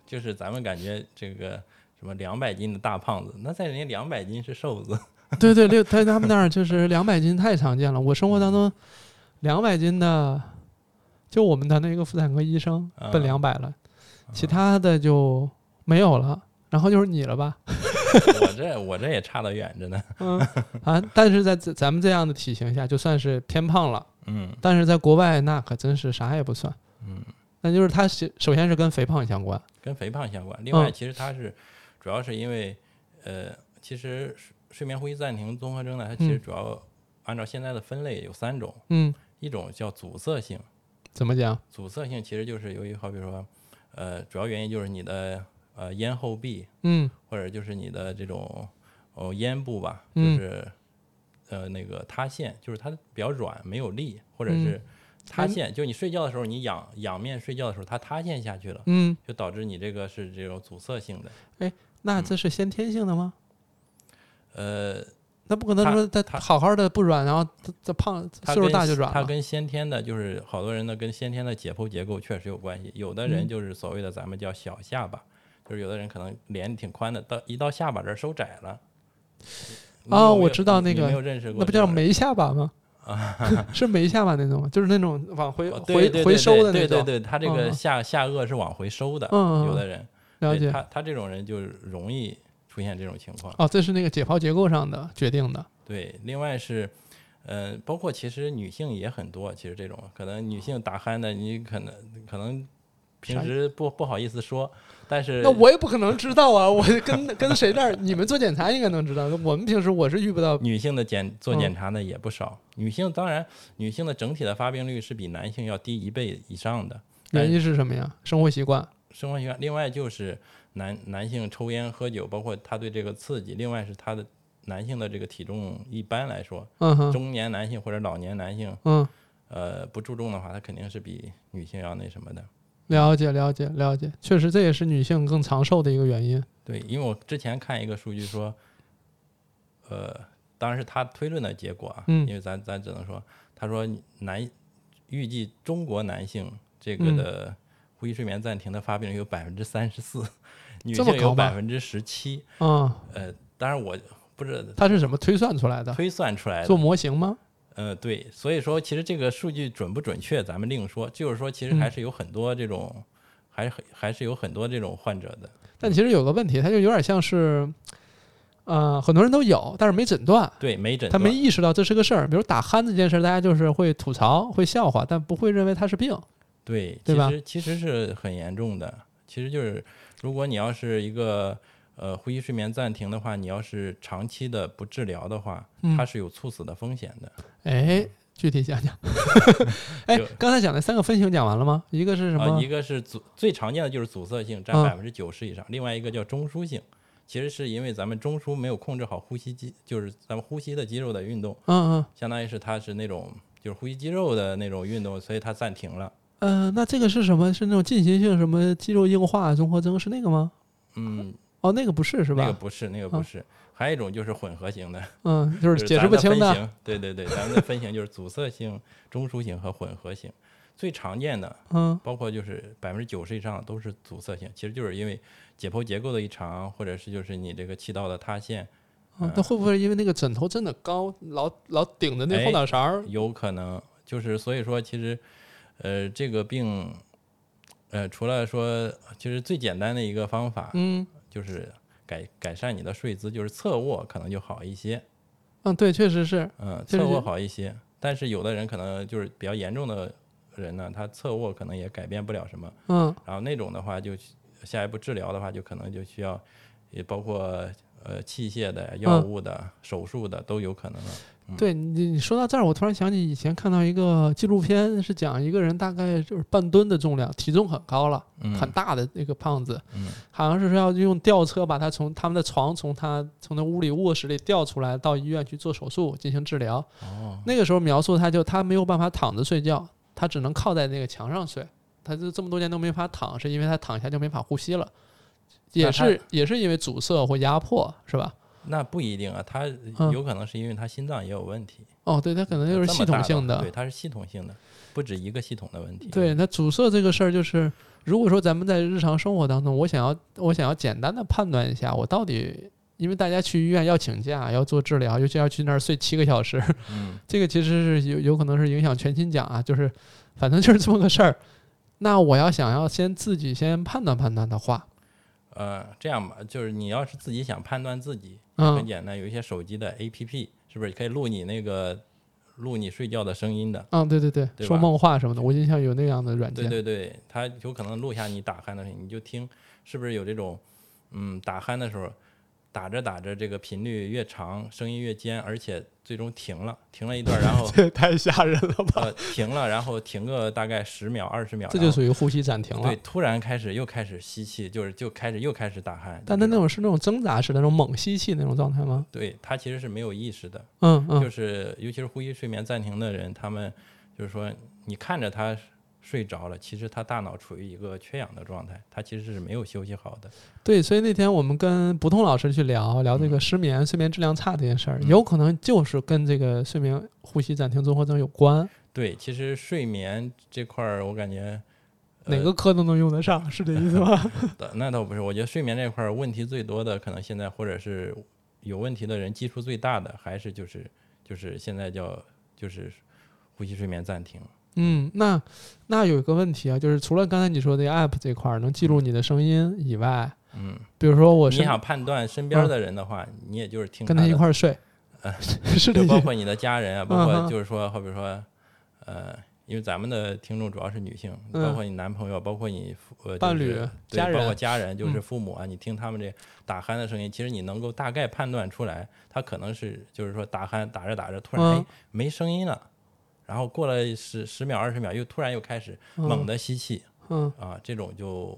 就是咱们感觉这个什么两百斤的大胖子，那在人家两百斤是瘦子， 对对对，在他们那儿就是两百斤太常见了。我生活当中两百斤的，就我们团队一个妇产科医生奔两百了，其他的就没有了。然后就是你了吧？我这我这也差得远着呢。嗯啊，但是在咱咱们这样的体型下，就算是偏胖了，嗯但是在国外那可真是啥也不算。嗯，那就是它是首先是跟肥胖相关，跟肥胖相关。另外，嗯其实它是主要是因为呃，其实睡睡眠呼吸暂停综合征呢，它其实嗯主要按照现在的分类有三种，嗯，一种叫阻塞性。怎么讲？阻塞性其实就是由于好比说，呃，主要原因就是你的呃咽后壁嗯或者就是你的这种哦咽部吧，就嗯是、呃那个塌陷，就是它比较软没有力，或者嗯是塌嗯陷，就你睡觉的时候你仰仰面睡觉的时候它塌陷下去了，嗯，就导致你这个是这种阻塞性的。那嗯这是先天性的吗？呃，那不可能它说他它好好的不软，然后他他胖它岁数跟大就软它了。跟先天的，就是好多人呢跟先天的解剖结构确实有关系。有的嗯人就是所谓的咱们叫小下巴，就是有的人可能脸挺宽的，到一到下巴这儿收窄了。你哦有没我有知道你那你个没有认识过那不这叫种人，没下巴吗？ 是没下巴那种吗？就是那种往回哦对回对回对收的那对对种。对，他这嗯个嗯下下颚是往回收的，嗯嗯有嗯的人，了对解。他他这种人就容易出现这种情况。哦，这是那个解剖结构上的决定的。对，另外是，呃，包括其实女性也很多，其实这种可能女性打鼾的，你可能可能平啥时不不好意思说，但是那我也不可能知道啊！我跟跟谁那儿，你们做检查应该能知道。我们平时我是遇不到。女性的检做嗯检查呢也不少，女性当然女性的整体的发病率是比男性要低一倍以上的，原因是什么呀？生活习惯。生活习惯，另外就是男男性抽烟喝酒，包括他对这个刺激，另外是他的男性的这个体重，一般来说，嗯哼，中年男性或者老年男性，嗯，呃，不注重的话，他肯定是比女性要那什么的。了解了解了解，确实这也是女性更长寿的一个原因。对，因为我之前看一个数据说，呃，当然是他推论的结果啊，嗯因为咱咱只能说，他说男预计中国男性这个嗯的呼吸睡眠暂停的发病率有百分之三十四，女这么性有高吗百分之十七，嗯，呃，当然我不是它是怎么推算出来的？推算出来的啊做，模型吗？呃，对，所以说其实这个数据准不准确，咱们另说，就是说其实还嗯是有很多这种，还还还是有很多这种患者的，但其实有个问题，它就有点像是，呃，很多人都有，但是没诊断，对，没诊他断，没意识到这是个事儿。比如打鼾这件事儿，大家就是会吐槽、会笑话，但不会认为它是病。对，对其吧实其实是很严重的。其实就是，如果你要是一个呃呼吸睡眠暂停的话，你要是长期的不治疗的话，嗯它是有猝死的风险的。哎，具体讲 讲。哎就，刚才讲的三个分型讲完了吗？一个是什啊，么一？个是阻最常见的就是阻塞性，占嗯百分之九十以上，另外一个叫中枢性，其实是因为咱们中枢没有控制好呼吸肌，就是咱们呼吸的肌肉的运动，嗯嗯相当于是它是那种就是呼吸肌肉的那种运动，所以它暂停了。呃，那这个是什么？是那种进行性什么肌肉硬化综合征是那个吗？嗯，哦，那个不是是吧？那个不是，那个不是，还有一种就是混合型的，嗯，就就是是解释咱不们清分的。型。对对对，咱们的分型就是阻塞性、中枢型和混合型，最常见的嗯包括就是百分之九十以上都是阻塞性，其实就是因为解剖结构的异常，或者是就是你这个气道的塌陷，嗯，哎那会不会因为那个枕头真的高，老老顶着那哎后脑勺儿？有可能就是所以说其实，呃，这个病，呃，除了说其实最简单的一个方法嗯就是改改善你的睡姿，就是侧卧可能就好一些，嗯，对，确实是。嗯，就是侧卧好一些，但是有的人可能就是比较严重的人呢，他侧卧可能也改变不了什么。嗯然后那种的话就需下一步治疗的话，就可能就需要也包括呃器械的、药嗯物的、手术的都有可能了。对你你说到这儿，我突然想起以前看到一个纪录片，是讲一个人大概就是半吨的重量，体重很高了，嗯，很大的那个胖子，嗯好像是说要用吊车把他从他们的床从他从那屋里卧室里吊出来，到医院去做手术进行治疗。哦，那个时候描述他就他没有办法躺着睡觉，他只能靠在那个墙上睡。他就这么多年都没法躺，是因为他躺下就没法呼吸了，也那他是也是因为阻塞或压迫，是吧？那不一定啊，他嗯有可能是因为他心脏也有问题，哦，对，他可能就是这么系统大性的，对，它是系统性的，不止一个系统的问题。对，，那阻塞这个事儿，就是如果说咱们在日常生活当中，我想要我想要简单的判断一下，我到底因为大家去医院要请假，要做治疗，尤其要去那儿睡七个小时，嗯， 这个其实是有有可能是影响全勤奖啊，就是反正就是这么个事儿。那我要想要先自己先判断判断的话，呃，这样吧，就是你要是自己想判断自己，很嗯简单，有一些手机的 APP 是不是可以录你那个录你睡觉的声音的？嗯，对对对，对说吧梦话什么的，我印象有那样的软对件。对对，它有可能录下你打鼾的声音，你就听是不是有这种，嗯，打鼾的时候打着打着这个频率越长，声音越尖，而且最终停了，停了一 段，然后这也太吓人了 吧！呃停了，然后停个大概十秒二十秒，这然就后属于呼吸暂停了对，。突然开始又开始吸气，就是就开始又开始打鼾，但它就是那种是那种挣扎式的那种猛吸气那种状态吗？对他其实是没有意识的，嗯嗯，就是尤其是呼吸睡眠暂停的人，他们就是说你看着他。睡着了，其实他大脑处于一个缺氧的状态，他其实是没有休息好的。对，所以那天我们跟不痛老师去聊聊嗯这个失眠、睡眠质量差这件事儿，有可能就是跟这个睡眠呼吸暂停综合征有关，对，其实睡眠这块儿，我感觉、呃、哪个科都能用得上，是这意思 吧？倒那倒不是，我觉得睡眠这块儿问题最多的，可能现在或者是有问题的人基数最大的，还是就是就是现在叫就是呼吸睡眠暂停。嗯，那那有一个问题啊，就是除了刚才你说的 app 这块儿能记录你的声音以外，嗯，比如说我你是想判断身边的人的话，你也就是听跟他的一块儿睡，呃是这就意包思。括你的家嗯人啊，包括就是说，好比说，呃，因为咱们的听众主要是女性，嗯包括你男朋友，包括你父呃、就是伴侣对家人嗯包括家人，就是父母啊，你听他们这打鼾的声音，其实你能够大概判断出来，他可能是就是说打鼾打着打着，突然、嗯哎没声音了，然后过了十十秒二十秒，又突然又开始嗯猛的吸气、嗯，啊，这种就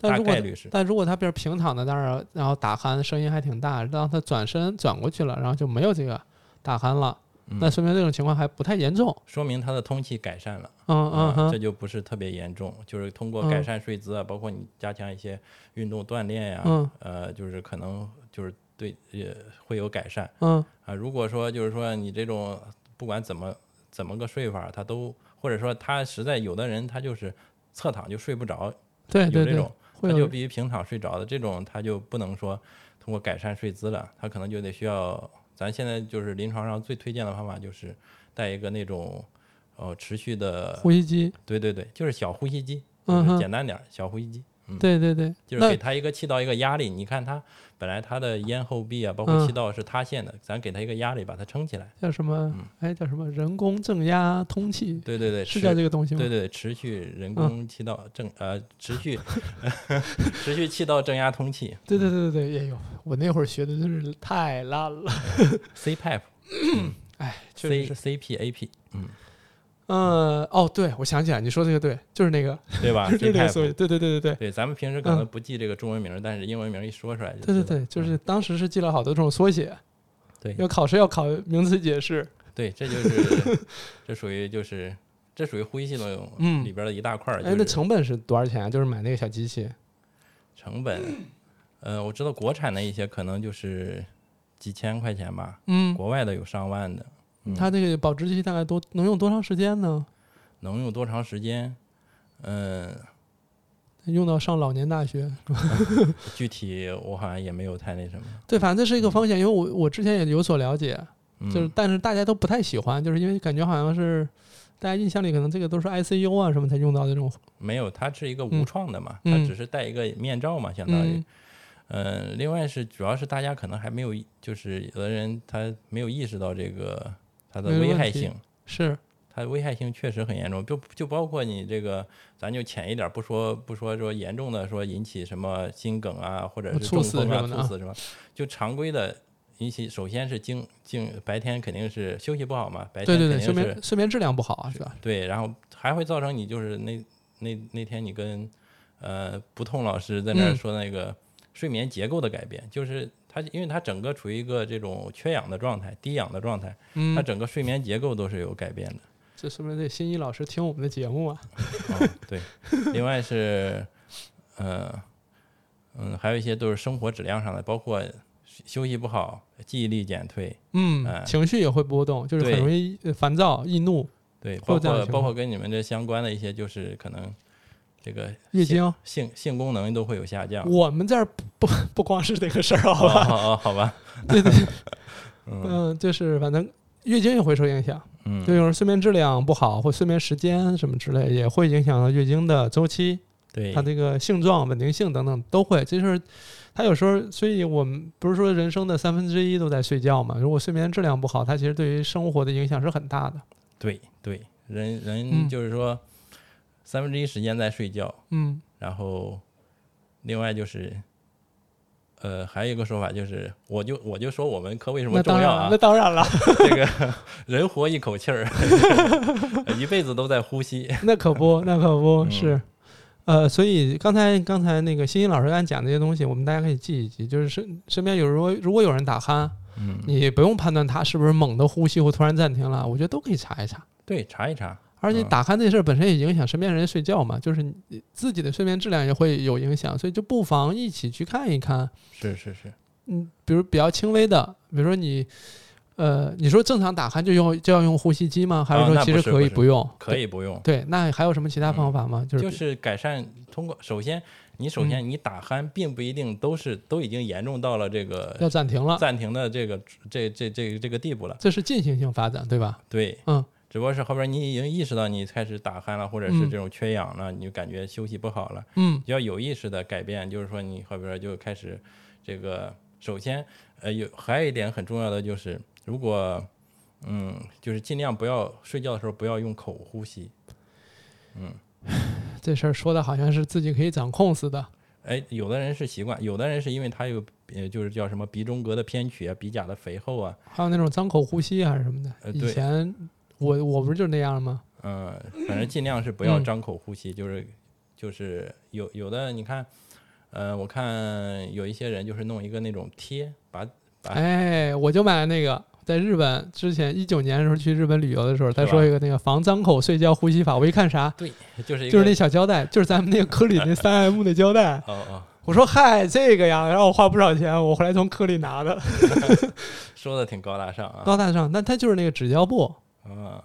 但大如果概率是但如果他比如平躺在那儿，然后打鼾声音还挺大，让他转身转过去了，然后就没有这个打鼾了，嗯那说明这种情况还不太严重。说明他的通气改善了。嗯啊嗯，嗯这就不是特别严重，就是通过嗯改善睡姿啊，包括你加强一些运动锻炼呀、嗯呃，就是可能就是对也会有改善嗯啊。如果说就是说你这种不管怎么怎么个睡法，他都或者说他实在有的人他就是侧躺就睡不着，，对对有这对种，会他就有必须平躺睡着的这种，他就不能说通过改善睡姿了，他可能就得需要咱现在就是临床上最推荐的方法就是带一个那种呃持续的呼吸机，对对对，就是小呼吸机，就嗯是哼简单点儿，小呼吸机，嗯对对对，就是那给他一个气道一个压力。你看他本来他的咽后壁啊，包嗯括气道是塌陷的，咱给他一个压力，把它撑起来。叫什么？哎，叫什么？人工正压通气，对嗯对对，是持叫这个东西吗？嗯对对对，持续人工气道正呃，持续 持续气道正压通气对对对对对，哎呦，我那会儿学的真是太烂了。 ，CPAP。哎， 确实 C 是。 C P A P，嗯，嗯，哦，对，我想起来，你说这个对，就是 那个，对吧就是这个所以， ？C-type 对对对对对，对，咱们平时可能嗯不记这个中文名儿，但是英文名儿一说出来就对对知道对，就嗯是当时是记了好多这种缩写，对要考试要考名词解释，对，这就是这属于就是这属于呼吸系统嗯里边儿的一大块儿，哎，就那是成本是多少钱啊？就是买那个小机器，成本，呃，我知道国产的一些可能就是几千块钱吧，嗯，国外的有上万的，嗯它这个保质期大概多能用多长时间呢？能用多长时间？嗯，用到上老年大学，具体我好像也没有太那什么，对，反正这是一个风险，因为我我之前也有所了解，嗯、就是但是大家都不太喜欢，就是因为感觉好像是大家印象里可能这个都是 ICU 啊什么才用到的这种，没有，它是一个嗯无创的嘛，嗯它只是戴一个面罩嘛，相当于嗯。嗯、另外是主要是大家可能还没有意，就是有的人他没有意识到这个它的没有危问害题性，是，它的危害性确实很严重，就就包括你这个，咱就浅一点，不说不说说严重的，说引起什么心梗啊，或者是哦猝中死风啊、什么的猝啊死什么，就常规的引起，首先是经经白天肯定是休息不好嘛，白对天对哎对，睡肯定是眠睡眠质量不好啊，是吧？对，然后还会造成你就是那那那天你跟呃不痛老师在那儿嗯说那个睡眠结构的改变，就是它因为它整个处于一个这种缺氧的状态、低氧的状态，它嗯，整个睡眠结构都是有改变的。这说明这新一老师听我们的节目啊， 哦，对，另外是，呃，嗯，还有一些都是生活质量上的，包括休息不好、记忆力减退，嗯，哎情绪也会波动，就是很对容易呃烦躁、易怒、对，会有包这样的括情包括况跟你们这相关的一些，就是可能这个月性经。性性功能都会有下降。我们这儿不 不不光是这个事儿，好哦吧？哦哦，好吧， 对对， 嗯嗯，就是反正月经也会受影响，嗯，就有时候睡眠质量不好或睡眠时间什么之类，也会影响到月经的周期。对它这个性状、稳定性等等都会。这就是它有时候，所以我们不是说人生的三分之一都在睡觉嘛？如果睡眠质量不好，它其实对于生活的影响是很大的。对对，人嗯人就是说三分之一时间在睡觉，嗯，然后另外就是。呃，还有一个说法就是，我就我就说我文科为什么那重当然要了啊？那当然了， 这个人活一口气儿，一辈子都在呼吸。 那可不，那可不嗯是。呃，所以刚才刚才那个欣欣老师刚才讲这些东西，我们大家可以记一记。就是身身边有如果如果有人打鼾，嗯，你不用判断他是不是猛地呼吸或突然暂停了，我觉得都可以查一查。对，查一查。而且嗯打鼾这事儿本身也影响身边人睡觉嘛，就是你自己的睡眠质量也会有影响，所以就不妨一起去看一看。是是是，嗯，比如比较轻微的，比如说你，呃，你说正常打鼾就用就要用呼吸机吗？还啊是说那其不实是可以不是不用？可以不嗯用。对。对，那还有什么其他方法吗？就是嗯就比是改善，通过首先，你首先你打鼾并不一定都是都已经严重到了这要个暂停了，呃暂停的这个这这这这个地步了。这是进行性发展，对吧？对，嗯，只不过是后边你已经意识到你开始打鼾了，或者是嗯这种缺氧了，你就感觉休息不好了。嗯要有意识的改变，就是说你后边就开始这个，首先呃有还有一点很重要的就是，如果嗯就是尽量不要睡觉的时候不要用口呼吸，这事儿说的好像是自己可以掌控似的。哎，有的人是习惯，有的人是因为他有呃就是叫什么鼻中隔的偏曲啊、鼻甲的肥厚啊，还有那种张口呼吸啊还是什么的，呃以对前我我不是就那样吗？嗯、反正尽量是不要嗯张口呼吸，就是就是有有的你看，呃，我看有一些人就是弄一个那种贴，把啊哎，我就买了那个，在日本之前一九年的时候去日本旅游的时候，他是吧说一个那个防张口睡觉呼吸法，我一看啥，对， 就是一个就是那小胶带，就是咱们那个科里 那三 M 的胶带。哦哦。我说嗨，这个呀，然后我花不少钱，我回来从科里拿的，啊说的挺高大上啊，高大上。那它就是那个纸胶布，嗯，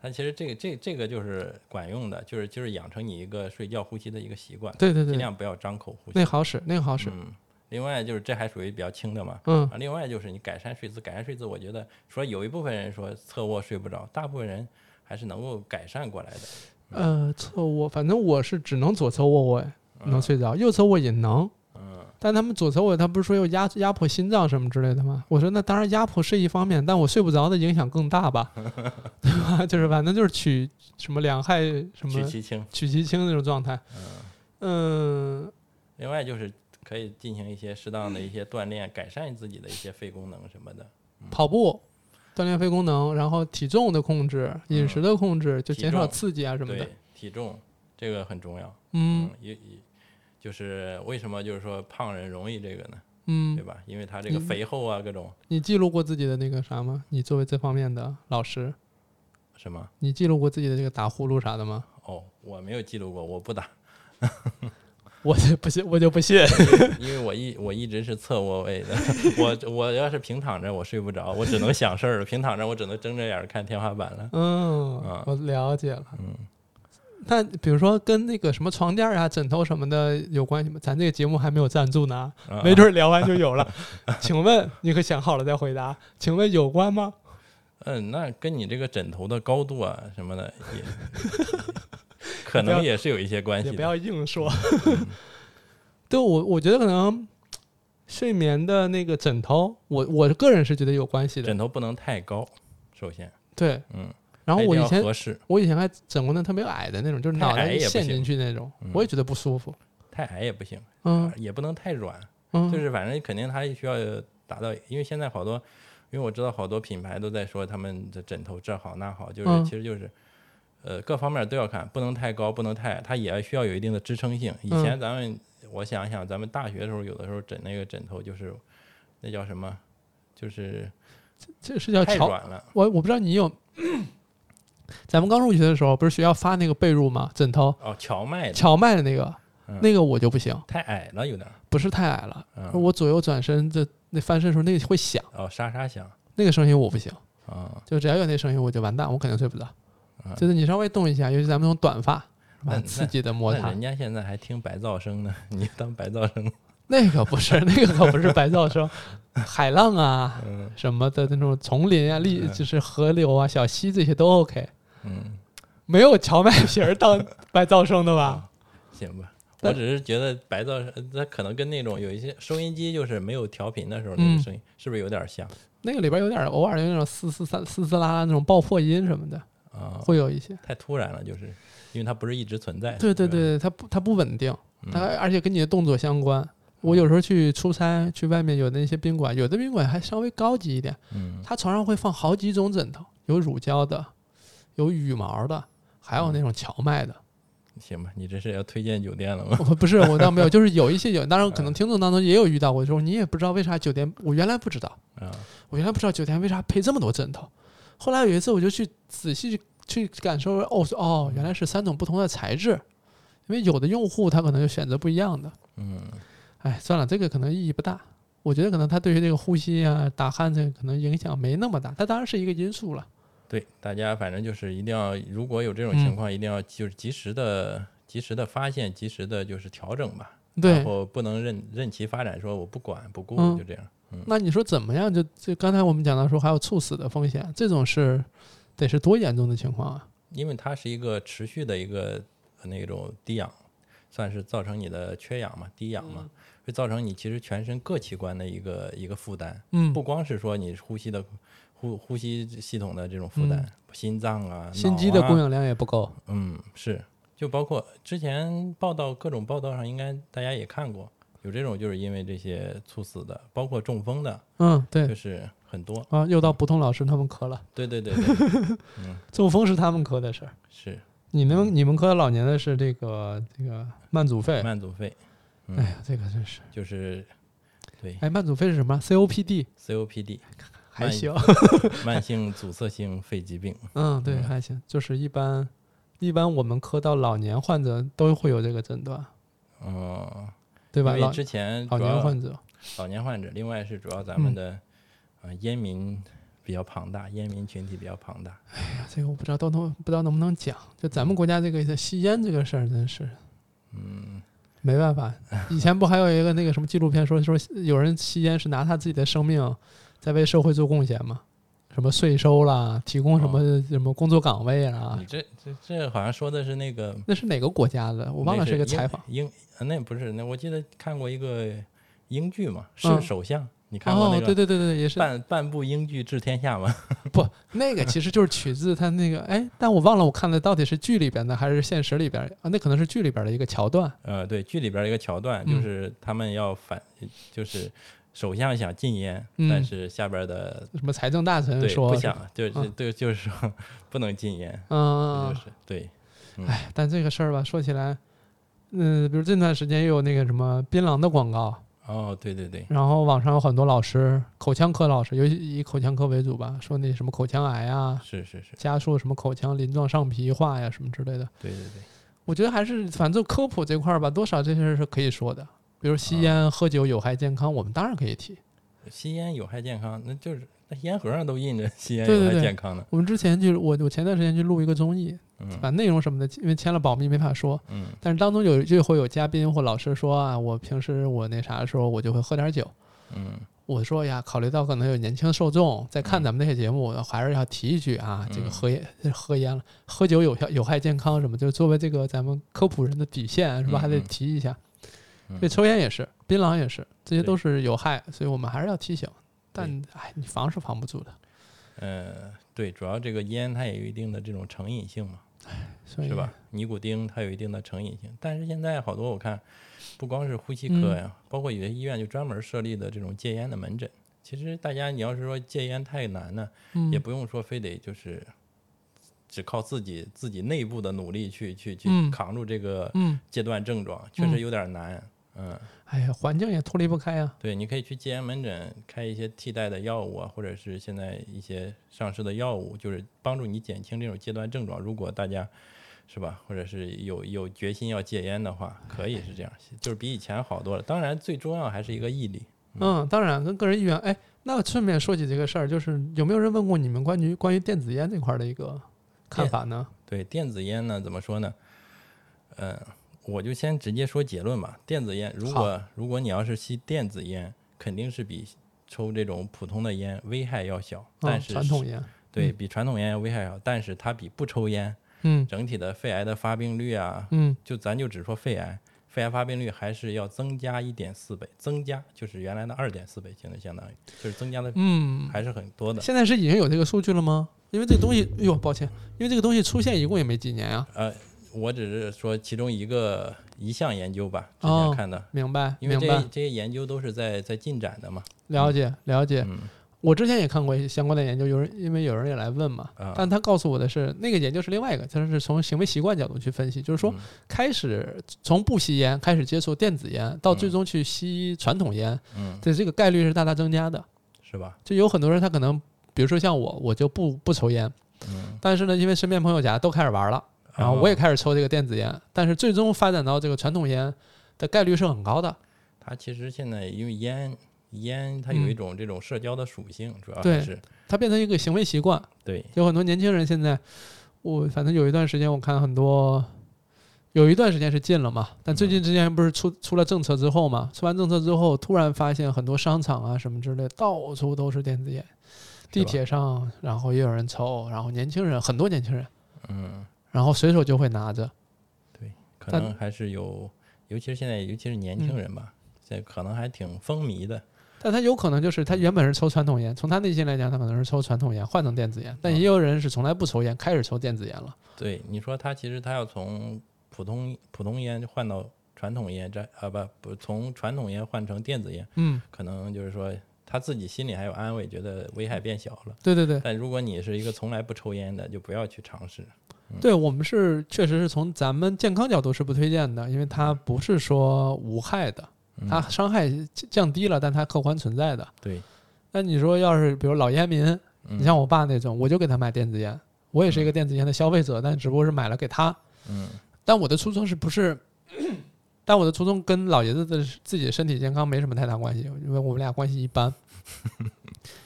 它其实这个这这个就是管用的，就是就是养成你一个睡觉呼吸的一个习惯，对对尽对，量不要张口呼吸。那好使，那个好使。嗯，另外就是这还属于比较轻的嘛。嗯，啊，另外就是你改善睡姿，改善睡姿，我觉得说有一部分人说侧卧睡不着，大部分人还是能够改善过来的。呃，侧卧，反正我是只能左侧卧位能睡着，右侧卧也能。嗯，但他们左侧卧，他不是说要压压迫心脏什么之类的吗？我说那当然压迫是一方面，但我睡不着的影响更大 吧，对吧？就是反正就是取什么两害什取么其轻。取其轻那种状态。嗯，另外就是可以进行一些适当的一些锻炼，改善自己的一些肺功能什么的。跑步锻炼肺功能，然后体重的控制、饮食的控制，就嗯体减少重刺激啊什么的对。体重这个很重要。嗯，也也就是为什么就是说胖人容易这个呢？对嗯，吧？因为他这个嗯肥厚啊，各种你记录过自己的那个啥吗？你作为这方面的老师，什么你记录过自己的这个打呼噜啥的吗？哦，我没有记录过，我 不打，我就不信，我就不信。因为我一我一直是侧卧位的， 我我要是平躺着我睡不着，我只能想事儿，平躺着我只能睁着眼儿看天花板 了。嗯啊，我了解了。嗯，那比如说跟那个什么床垫啊、枕头什么的有关系吗？咱这个节目还没有赞助呢，啊没准儿聊完就有了。请问你可想好了再回答？请问有关吗？嗯，那跟你这个枕头的高度啊什么的 也可能也是有一些关也系不的。要硬说。嗯 对我，我觉得可能睡眠的那个枕头，我我个人是觉得有关系的。枕头不能太高，首先，对，嗯，然后我还一定以要前合适，我以前还枕过那特别矮的那种，就是太脑矮袋也不陷行进去那种嗯，我也觉得不舒服。太矮也不行，嗯也不能太软，嗯，就是反正肯定它需要达到，因为现在好多，因为我知道好多品牌都在说他们的枕头这好那好，就是、嗯其实就是，呃，各方面都要看，不能太高，不能太矮，它也需要有一定的支撑性。以嗯前咱们、我想一想，咱们大学的时候有的时候枕那个枕头就是那叫什么，就是这是叫太乔软了，我我不知道你有， 咱们刚入学的时候，不是学校发那个被褥吗？枕头，哦，荞麦的荞麦的那个，嗯那个我就不行，太矮了有点儿，不是太矮了，嗯，我左右转身这那翻身的时候那个会响，哦，沙沙响那个声音我不行，啊，就只要有那声音我就完蛋，我肯定睡不着。嗯就是你稍微动一下，尤其咱们那种短发，是吧那刺激的摩那擦人，家现在还听白噪声呢， 你当白噪声，那个不是，那个可不是白噪声，海浪啊嗯什么的那种丛林啊、立嗯就是河流啊、小溪这些都 OK，嗯。没有荞麦皮儿当白噪声的吧？行吧，但我只是觉得白噪声，它可能跟那种有一些收音机就是没有调频的时候那嗯个声音，是不是有点像那个里边有点偶尔有那种嘶嘶三嘶嘶啦啦那种爆破音什么的，啊？会有一些。太突然了，就是因为它不是一直存在的。对对是吧，对，它不它不稳定，它嗯而且跟你的动作相关。我有时候去出差，去外面有的那些宾馆，有的宾馆还稍微高级一点，嗯它床上会放好几种枕头，有乳胶的，有羽毛的，还有那种荞麦的。行吧，你这是要推荐酒店了吗？我 不是我倒没 有，就是有一些有，当然可嗯能听众当中也有遇到过，说你也不知道为啥酒店，我原来不知道，啊，我原来不知道酒店为啥配这么多枕头，后来有一次我就去仔细去去感受，哦说哦，原来是三种不同的材质，因为有的用户他可能就选择不一样的。嗯哎，算了，这个可能意义不大。我觉得可能他对于这个呼吸啊、打鼾这个可能影响没那么大，它当然是一个因素了。对，大家反正就是一定要，如果有这种嗯情况，一定要就是及时的、及时的发现，及时的就是调整吧。对然，后不能任任其发展，说我不管不顾，嗯就这样。那你说怎么样？就就刚才我们讲到说还有猝死的风险，这种是得是多严重的情况啊？因为它是一个持续的一个呃那种低氧，算是造成你的缺氧嘛，低氧嘛，嗯会造成你其实全身各器官的一个一个负担，嗯不，光是说你呼吸的呼呼吸系统的这种负担，心脏啊、嗯心脑肌的啊供氧量也不够。嗯，是，就包括之前报道各种报道上，应该大家也看过，有这种就是因为这些猝死的，包括中风的，嗯，就对是很多。啊，又到不同老师他们科了，对对对 对，中风是他们科的事儿。是你们你们科老年的是这个这个慢阻肺，慢阻嗯肺，哎呀，这个真是，就是对哎，慢阻肺是什么？COPD COPD。还行， 慢性阻塞性肺疾病。 嗯，对，嗯还行，就是一般一般我们科到老年患者都会有这个诊断，嗯，对吧？因为老之前老主年要患者，嗯老年患者，另外是主要咱们的啊、呃烟民比较庞大，烟民群体比较庞大。哎呀，这个我不知道都能不知道能不能讲，就咱们国家这个吸烟这个事儿，真是嗯，没办 法。以前不还有一个那个什么纪录片说说有人吸烟是拿他自己的生命在为社会做贡献吗？什么税收啦，提供什么、哦什么工作岗位啦你，这这这好像说的是那个，那是哪个国家的？我忘了那是是个采访。英，英呃那不是那我记得看过一个英剧嘛，嗯是首相，你看过哦，那对个对对对，也是半半部英剧治天下吗？ 不，那个其实就是取自他那个，哎，但我忘了我看的到底是剧里边的还是现实里边啊？那可能是剧里边的一个桥段。呃，对，剧里边儿一个桥段，嗯就是他们要反，就是首相想禁烟，嗯但是下边的什么财政大臣对说不想，就是嗯对，就是说不能禁烟，嗯这就，是对，哎，但这个事儿吧，说起来，嗯、比如这段时间又有那个什么槟榔的广告，哦，对对对，然后网上有很多老师，口腔科老师，尤其以口腔科为主吧，说那什么口腔癌啊，是是是，加速什么口腔鳞状上皮化呀，什么之类的。对对对，我觉得还是反正科普这块儿吧，多少这些事儿是可以说的。比如吸烟、喝酒有害健康，我们当然可以提。吸烟有害健康，那就是那烟盒上都印着吸烟对有对害对健康呢，我们之前就是我我前段时间去录一个综艺，嗯把内容什么的，因为签了保密没法说，嗯但是当中有就会有嘉宾或老师说啊，我平时我那啥的时候我就会喝点酒。嗯，我说哎呀，考虑到可能有年轻受众在看嗯咱们这些节目，我还是要提一句啊，这个嗯喝烟、 喝烟了，喝酒有效有害健康什么，就作为这个咱们科普人的底线是吧？嗯还得嗯提一下。嗯这抽烟也是，槟榔也是，这些对都是有害，所以我们还是要提醒。但哎，你防是防不住的，呃，对，主要这个烟它也有一定的这种成瘾性嘛，所以是吧？？尼古丁它有一定的成瘾性，但是现在好多我看，不光是呼吸嗯科呀，包括有些医院就专门设立的这种戒烟的门诊。其实大家你要是说戒烟太难呢，嗯也不用说非得就是只靠自己自己内部的努力去去去嗯扛住这个嗯，戒断症状，确实有点难。嗯，哎呀，环境也脱离不开啊。对，你可以去戒烟门诊开一些替代的药物啊，或者是现在一些上市的药物，就是帮助你减轻这种戒断症状。如果大家是吧，或者是有有决心要戒烟的话，可以是这样，就是比以前好多了。当然，最重要还是一个毅力。嗯，当然跟个人意愿。哎，那顺便说起这个事儿，就是有没有人问过你们关于关于电子烟这块儿的一个看电法呢？对电子烟呢，怎么说呢？嗯，我就先直接说结论吧。电子烟，如果如果你要是吸电子烟，肯定是比抽这种普通的烟危害要小，但嗯，是传是统烟，对嗯比传统烟要危害小，但是它比不抽烟嗯整体的肺癌的发病率啊，嗯就咱就只说肺癌，肺癌发病率还是要增加一点四倍，增加就是原来的二点四倍，现在相当于就是增加的嗯，还是很多的。现在是已经有这个数据了吗？因为这个东西，哎呦，抱歉，因为这个东西出现一共也没几年啊。呃，我只是说其中一个一项研究吧，之哦前看的。明白，因为明这白，这些研究都是在在进展的嘛。了解，了解。嗯我之前也看过一些相关的研究，有人因为有人也来问嘛，啊，但他告诉我的是，那个研究是另外一个，他是从行为习惯角度去分析，就是说嗯开始从不吸烟开始接触电子烟，到最嗯终去吸传统烟，嗯，这这个概率是大大增加的。是吧？就有很多人他可能，比如说像我，我就不不抽烟，嗯，但是呢，因为身边朋友家都开始玩了，然后我也开始抽这个电子烟，但是最终发展到这个传统烟的概率是很高的。它其实现在因为烟烟它有一嗯种这种社交的属性，主要对还是它变成一个行为习惯，对有很多年轻人现在，我反正有一段时间我看很多，有一段时间是禁了嘛，但最近之前不是出出了政策之后嘛，出完政策之后，突然发现很多商场啊什么之类，到处都是电子烟，地铁上，然后也有人抽，然后年轻人很多年轻人，嗯，然后随手就会拿着，可但能还是有，尤其是现在，尤其是年轻嗯人吧，现在可能还挺风靡的。但他有可能就是他原本是抽传统烟，从他内心来讲，他可能是抽传统烟换成电子烟，但也有人是从来不抽烟，开始抽电子烟了。对，你说它其实它要从普通普通烟换到传统烟，这啊不不从传统烟换成电子烟，嗯，可能就是说他自己心里还有安慰，觉得危害变小了。对对 对，但如果你是一个从来不抽烟的，就不要去尝试。对我们是确实是从咱们健康角度是不推荐的，因为它不是说无害的，嗯它伤害降低了，但它客观存在的。对，那你说要是比如老烟民，嗯你像我爸那种，我就给他买电子烟，我也是一个电子烟的消费者，但只不过是买了给他。嗯但我的初衷是不是？ 但我的初衷跟老爷子的自己的身体健康没什么太大关系，因为我们俩关系一 般。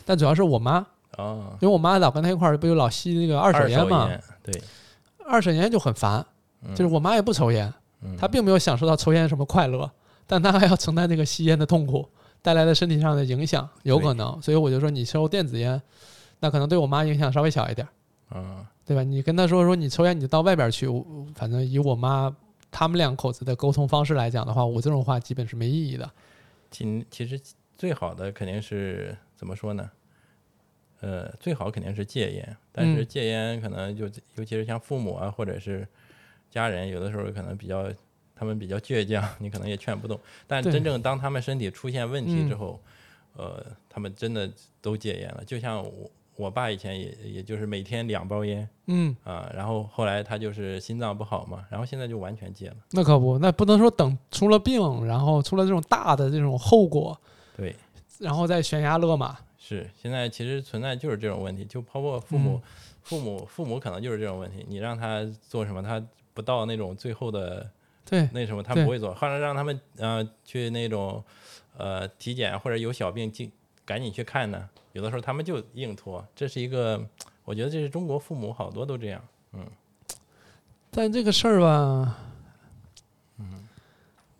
但主要是我妈，哦，因为我妈老跟他一块儿，不就老吸那个二手手烟嘛？烟对，二手烟就很烦，嗯就是我妈也不抽烟，嗯她并没有享受到抽烟什么快乐，但她还要承担这个吸烟的痛苦带来的身体上的影响，有可能。所以我就说，你抽电子烟，那可能对我妈影响稍微小一点，嗯对吧？你跟她说说你抽烟，你就到外边去。我反正以我妈他们两口子的沟通方式来讲的话，我这种话基本是没意义的。其其实最好的肯定是怎么说呢？呃，最好肯定是戒烟，但是嗯戒烟可能就尤其是像父母啊，或者是家人，有的时候可能比较 他们比较倔强，你可能也劝不动。但对嗯真正当他们身体出现问题之后，呃，他们真的都戒烟了。就像我我爸以前也也就是每天两包烟嗯，啊、然后后来他就是心脏不好嘛，然后现在就完全戒了。那可不，那不能说等出了病，然后出了这种大的这种后果，对，然后再悬崖勒马。是现在其实存在就是这种问题，就包括父母、父母、父母可能就是这种问题。你让他做什么，他不到那种最后的对，那什么，他对不会做。后来让他们呃去那种呃体检或者有小病尽赶紧去看呢，有的时候他们就硬拖，这是一个，我觉得这是中国父母好多都这样。但这个事儿吧，嗯，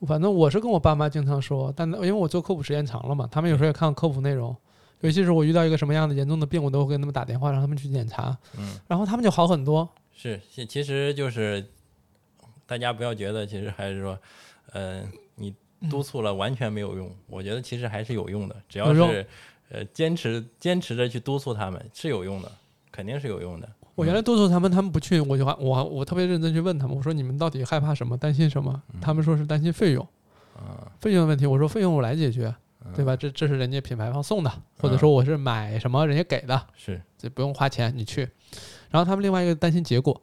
反正我是跟我爸妈经常说，但因为我做科普时间长了嘛，他们有时候也看科普内容，尤其是我遇到一个什么样的严重的病，我都会跟他们打电话让他们去检查，嗯，然后他们就好很多。是，其其实就是大家不要觉得，其实还是说，呃，你督促了完全没有用。我觉得其实还是有用的，只要有用是呃坚持坚持着去督促他们是有用的，肯定是有用的。我原来督促他们，他们不去，我就还我我特别认真去问他们，我说你们到底害怕什么，担心什么？他们说是担心费用，啊，费用的问题，我说费用我来解决，对吧？这这是人家品牌方送的，或者嗯说我是买什么人家给的，是这不用花钱，你去。然后他们另外一个担心结果，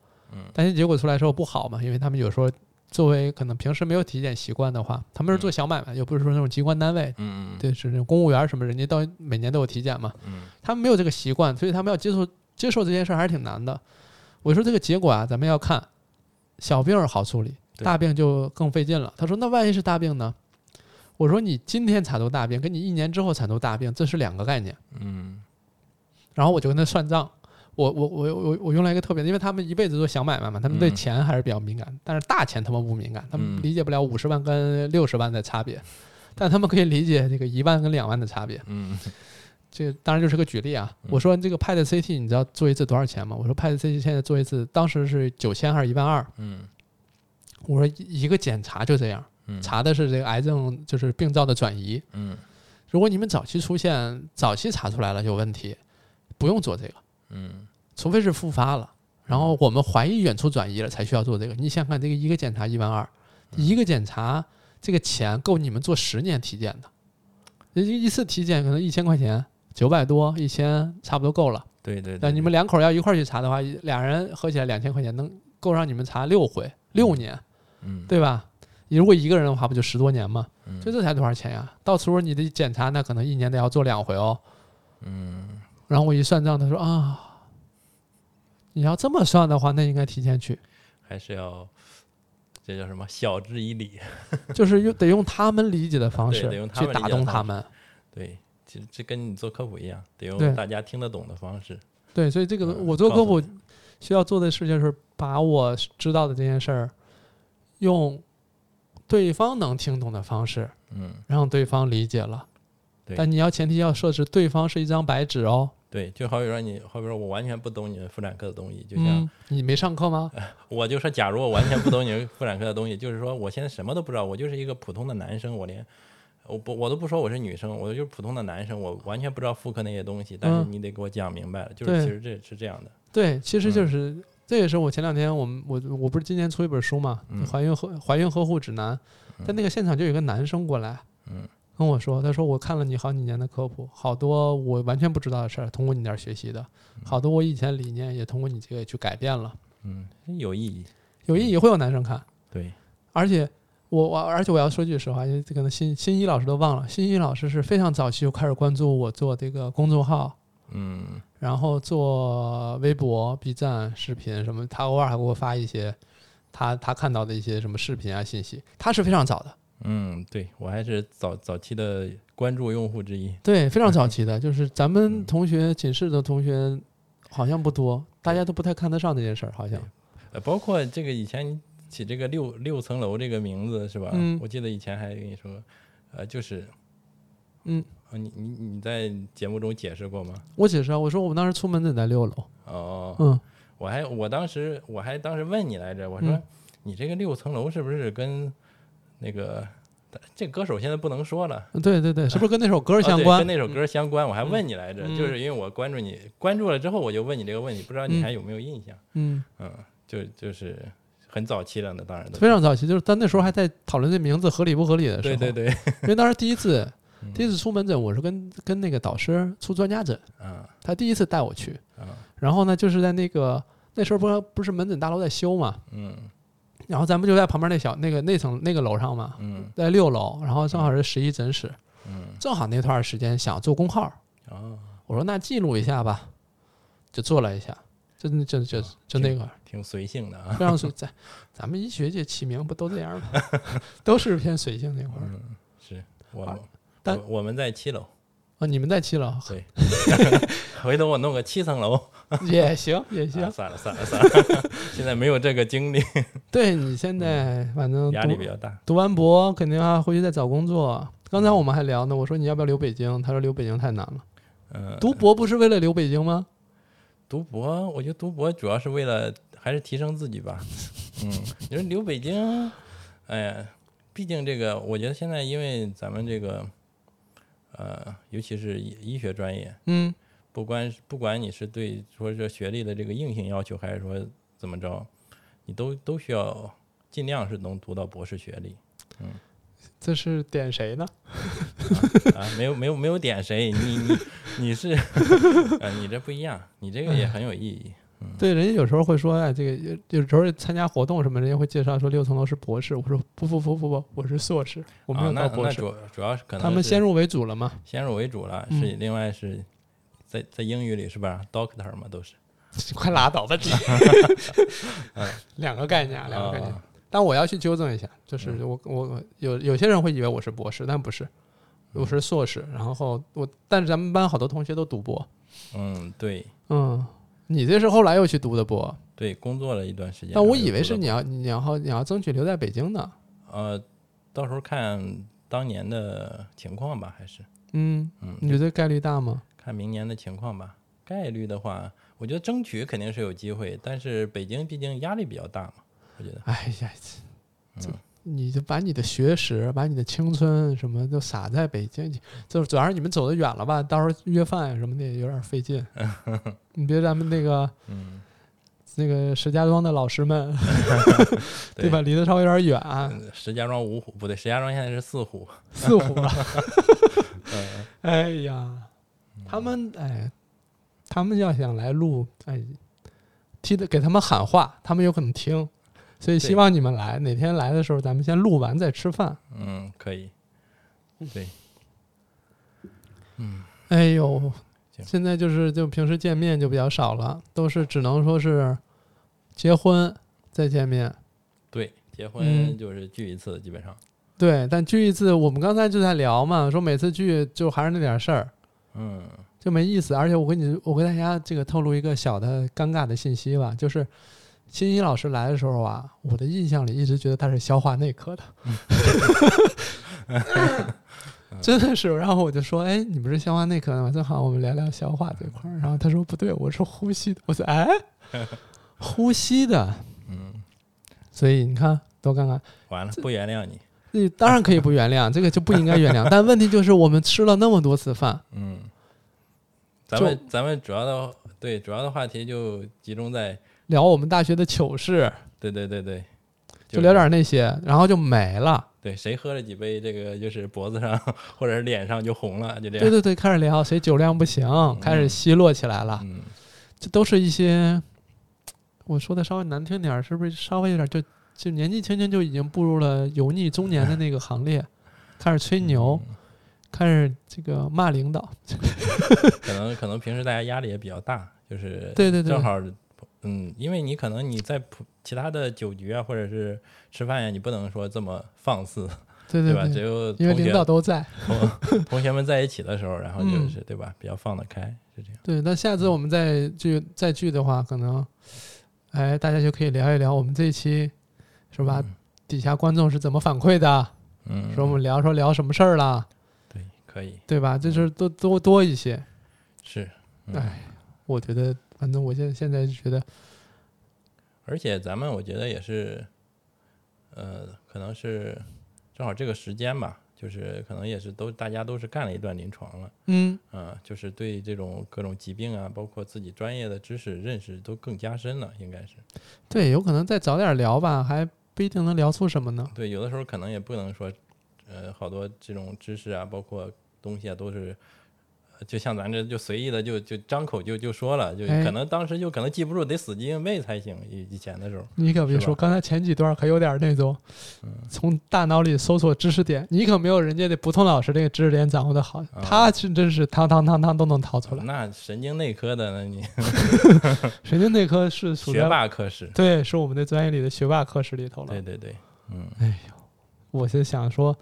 担心结果出来之后不好嘛，因为他们有时候作为可能平时没有体检习惯的话，他们是做小买卖，又不是说那种机关单位，嗯嗯对，是那种公务员儿什么，人家到每年都有体检嘛，嗯他们没有这个习惯，所以他们要接受接受这件事儿还是挺难的。我说这个结果啊，咱们要看小病儿好处理，对大病就更费劲了。他说那万一是大病呢？我说你今天产出大病，跟你一年之后产出大病，这是两个概念。嗯然后我就跟他算账。我我我我我用来一个特别的，因为他们一辈子做小买卖嘛，他们对嗯钱还是比较敏感，但是大钱他们不敏感，他们嗯理解不了五十万跟六十万的差别，但他们可以理解这个一万跟两万的差别。嗯这当然就是个举例啊。嗯我说这个 Pad CT 你知道做一次多少钱吗？我说 Pad CT 现在做一次，当时是九千还是一万二？嗯我说一一个检查就这样，嗯，查的是这个癌症就是病灶的转移。嗯如果你们早期出现，早期查出来了有问题，不用做这个。嗯除非是复发了，然后我们怀疑远处转移了才需要做这个。你想想看，这个一个检查一万二，嗯一个检查这个钱够你们做十年体检的，人家一次体检可能一千块钱，九百多一千差不多够了。对对那对，你们两口要一块儿去查的话，一俩人合起来两千块钱能够让你们查六回六年，嗯对吧？你如果一个人的话，不就十多年吗？嗯就这才多少钱呀？到时候你的检查那可能一年得要做两回哦。嗯然后我一算账，他说啊，你要这么算的话，那应该提前去，还是要这叫什么晓之以理。 就是用得用他们理解的方对式得用他去们打理解的动方他们。对，其实这跟你做科普一样，得对用大家听得懂的方式。对，所以这个嗯我做科告诉普需要做的事就是把我知道的这件事儿，用对方能听懂的方式嗯，让对方理解了。对但你要前提要设置对方是一张白纸哦。对，就好比说你，好比说我完全不懂你们妇产科的东西，就像、嗯，你没上课吗？我就说，假如我完全不懂你们妇产科的东西，就是说我现在什么都不知道，我就是一个普通的男生，我连我不我都不说我是女生，我就是普通的男生，我完全不知道妇科那些东西，但是嗯你得给我讲明白了，就对是其实这是这样的，对，其实嗯就是、这也是我前两天我们我我不是今年出一本书嘛，嗯怀孕呵怀孕呵护指南》，在那个现场就有一个男生过来，嗯，跟我说，他说我看了你好几年的科普，好多我完全不知道的事儿，通过你那儿学习的，好多我以前理念也通过你这个去改变了，嗯，有意义，有嗯意义会有男生看，对，而且。我我而且我要说句实话，因为这个呢新新一老师都忘了，新一老师是非常早期就开始关注我做这个公众号，嗯然后做微博、B 站视频什么，他偶尔还给我发一些他他看到的一些什么视频啊信息，他是非常早的，嗯，对我还是早早期的关注用户之一，对，非常早期的，就是咱们同学寝室的同学好像不多，大家都不太看得上这件事儿，好像呃，包括这个以前你起这个六六层楼这个名字是吧？嗯我记得以前还跟你说，呃，就是，嗯呃，你你你在节目中解释过吗？我解释啊，我说我们当时出门得在六楼，哦，嗯，我还我当时我还当时问你来着，我说、嗯你这个六层楼是不是跟那个这歌手现在不能说了？嗯对对 啊对，是不是跟那首歌哦儿对相关？跟那首歌相关，我还问你来着，嗯就是因为我关注你，关注了之后我就问你这个问题，不知道你嗯还有没有印象？嗯，嗯，就就是很早期了，那当然都非常早期，就是但那时候还在讨论这名字合理不合理的时候，对对对， 因为当时第一次嗯第一次出门诊，我是跟跟那个导师出专家诊，啊他第一次带我去，啊然后呢，就是在那个那时候不是不是门诊大楼在修嘛，嗯然后咱们就在旁边那小那个那层那个楼上嘛，嗯在六楼，然后正好是十一诊室，嗯正好那段时间想做工号，哦，我说那记录一下吧，就做了一下，就就就啊就那个，挺随性的啊。非常随在咱们医学界起名不都这 样吗？都是偏随性那块儿嗯，是我好们但我我们在七楼， 啊，你们在七楼对，回头我弄个七层楼，也行也啊行，算了算了算了，现在没有这个精力，对你现在反正嗯压 力读比较大。读完博肯定要回去再找工作。刚才我们还聊呢，我说你要不要留北京？他说留北京太难了。嗯，读博不是为了留北京吗？读博，我觉得读博主要是为了还是提升自己 吧。嗯，你说留北京，哎呀，毕竟这个，我觉得现在因为咱们这个，呃，尤其是医医学专业，嗯不管是不管你是对说是学历的这个硬性要求，还是说怎么着，你都都需要尽量是能读到博士学历。这是点谁呢？啊，没有没有没有点谁，你你你是， 呃，你这不一样，你这个哎也很有意义。对，人家有时候会说，哎，这个有有时候参加活动什么，人家会介绍说六层楼是博士。我说不不不不不，我是硕士，我没啊有那到博那士。主主要是可能他们是先入为嗯主了嘛？ 先入为主了，是另外是在在英语里是吧？Doctor 嘛都是快拉倒吧 你！嗯两个概念，两个概念。啊但我要去纠正一下，就是我我有有些人会以为我是博士，但不是，我是硕士。然后我，但是咱们班好多同学都读博。嗯，对嗯，你这是后来又去读的博，对，工作了一段时间。但我然后以为就是读了你要你要你要争取留在北京呢。呃，到时候看当年的情况吧，还是嗯，嗯，你觉得概率大吗？看明年的情况吧。概率的话，我觉得争取肯定是有机会，但是北京毕竟压力比较大嘛，我觉得。哎呀，嗯这这你就把你的学识、把你的青春什么都撒在北京，你就主要是你们走得远了吧，到时候约饭什么的也有点费 劲。你别咱们那个嗯，那个石家庄的老师们，对对吧？离得稍微有点远、啊，嗯石家庄五虎不对，石家庄现在是四虎。四虎吧。哎呀，他们哎，他们要想来录，哎，替他给他们喊话，他们有可能听，所以希对望你们来。哪天来的时候，咱们先录完再吃饭。嗯，可以。对，嗯哎呦，行现在就是就平时见面就比较少了，都是只能说是结婚再见面。对，结嗯婚就是聚一次，基本上。对，但聚一次，我们刚才就在聊嘛，说每次聚就还是那点事儿，嗯就没意思。而且我跟你，我跟大家这个透露一个小的尴尬的信息吧，就是欣欣老师来的时候啊，我的印象里一直觉得他是消化内科的， 真的是。然后我就说，哎，你不是消化内科的吗？正好我们聊聊消化这块儿。然后他说不对，我是呼吸的。我说哎，呼吸的。嗯，所以你看多尴尬。完了，不原谅你。你当然可以不原谅，这个就不应该原谅。但问题就是，我们吃了那么多次饭，嗯，咱们咱们主要的对主要的话题就集中在聊我们大学的糗事，对对对对，就聊是点儿那些，然后就没了。对谁喝了几杯，这个就是脖子上 或者是脸上就红了，就这对样。对对，开始聊谁酒量不行，开始奚落起来了。嗯，这都是一些，我说的稍微难听点儿，是不是稍微有点儿就就年纪轻轻就已经步入了油腻中年的那个行列，开始吹牛，嗯开始这个骂领导。可能可能平时大家压力也比较大，就是对对对正好嗯，因为你可能你在普其他的酒局啊，或者是吃饭呀、你不能说这么放肆，对对吧？只有因为同领导嗯学嗯都在。同同学们在一起的时候，然后就是、对吧，比较放得开，是这样。对，那下嗯次我们再聚再聚的话，可能，哎，大家就可以聊一聊我们这一期，是吧？底下观众是怎么反馈的？嗯，说我们聊说聊什么事儿了，对，可以对吧？这事儿都多多一些。是。嗯哎，我觉得，反正我现在现在就觉得，而且咱们我觉得也是，呃，可能是正好这个时间吧，就是可能也是都大家都是干了一段临床了，嗯，嗯、就是对这种各种疾病啊，包括自己专业的知识认识都更加深了，应该是对，有可能再早点聊吧，还不一定能聊出什么呢。对，有的时候可能也不能说，呃，好多这种知识啊，包括东西啊，都是呃就像咱这就随意的就就张口就就说了，就哎可能当时就可能记不住，得死记硬背才行。以以前的时候，你可别是说，吧嗯刚才前几段可有点那种，从大脑里搜索知识点，你可没有人家的不痛老师这个知识点掌握的好，啊嗯他是真是堂堂堂堂都能逃出来。那神经内科的那你神经内科是属学在霸科室，对，是我们的专业里的学霸科室里头了对。对对，嗯，我是想说，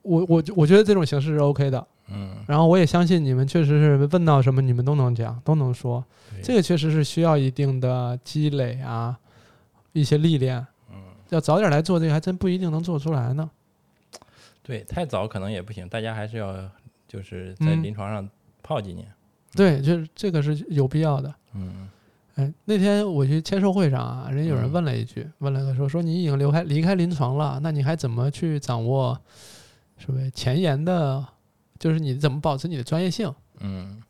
我我我觉得这种形式是 OK 的，嗯，然后我也相信你们确实是问到什么你们都能讲，都能说，对这个确实是需要一定的积累啊，一些历练。嗯，要早点来做这个，还真不一定能做出来呢。对，太早可能也不行，大家还是要就是在嗯临床上泡几年，对，就是这个是有必要的。嗯哎，那天我去签售会上啊，人有人嗯问了一句，问了个说说你已经离开离开临床了，那你还怎么去掌握什么前沿的，就是你怎么保持你的专业性？嗯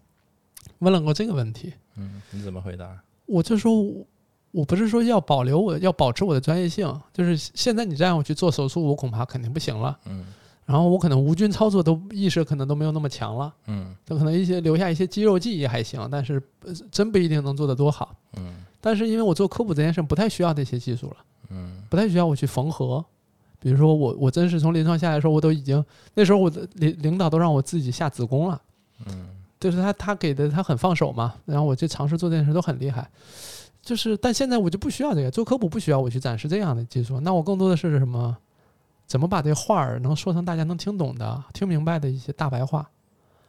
问了过这个问题，嗯，你怎么回答？我就说我我不是说要保留我要保持我的专业性，就是现在你再让我去做手术，我恐怕肯定不行了。嗯然后我可能无菌操作都意识可能都没有那么强了，嗯都可能一些留下一些肌肉记忆还行，但是呃真不一定能做得多好。嗯但是因为我做科普这件事不太需要这些技术了，嗯不太需要我去缝合。比如说我我真是从临床下来的时候，我都已经那时候我的领领导都让我自己下子宫了，嗯就是他他给的他很放手嘛，然后我去尝试做这件事都很厉害。就是但现在我就不需要这个做科普，不需要我去展示这样的技术，那我更多的是什么？怎么把这话儿能说成大家能听懂的、听明白的一些大白话？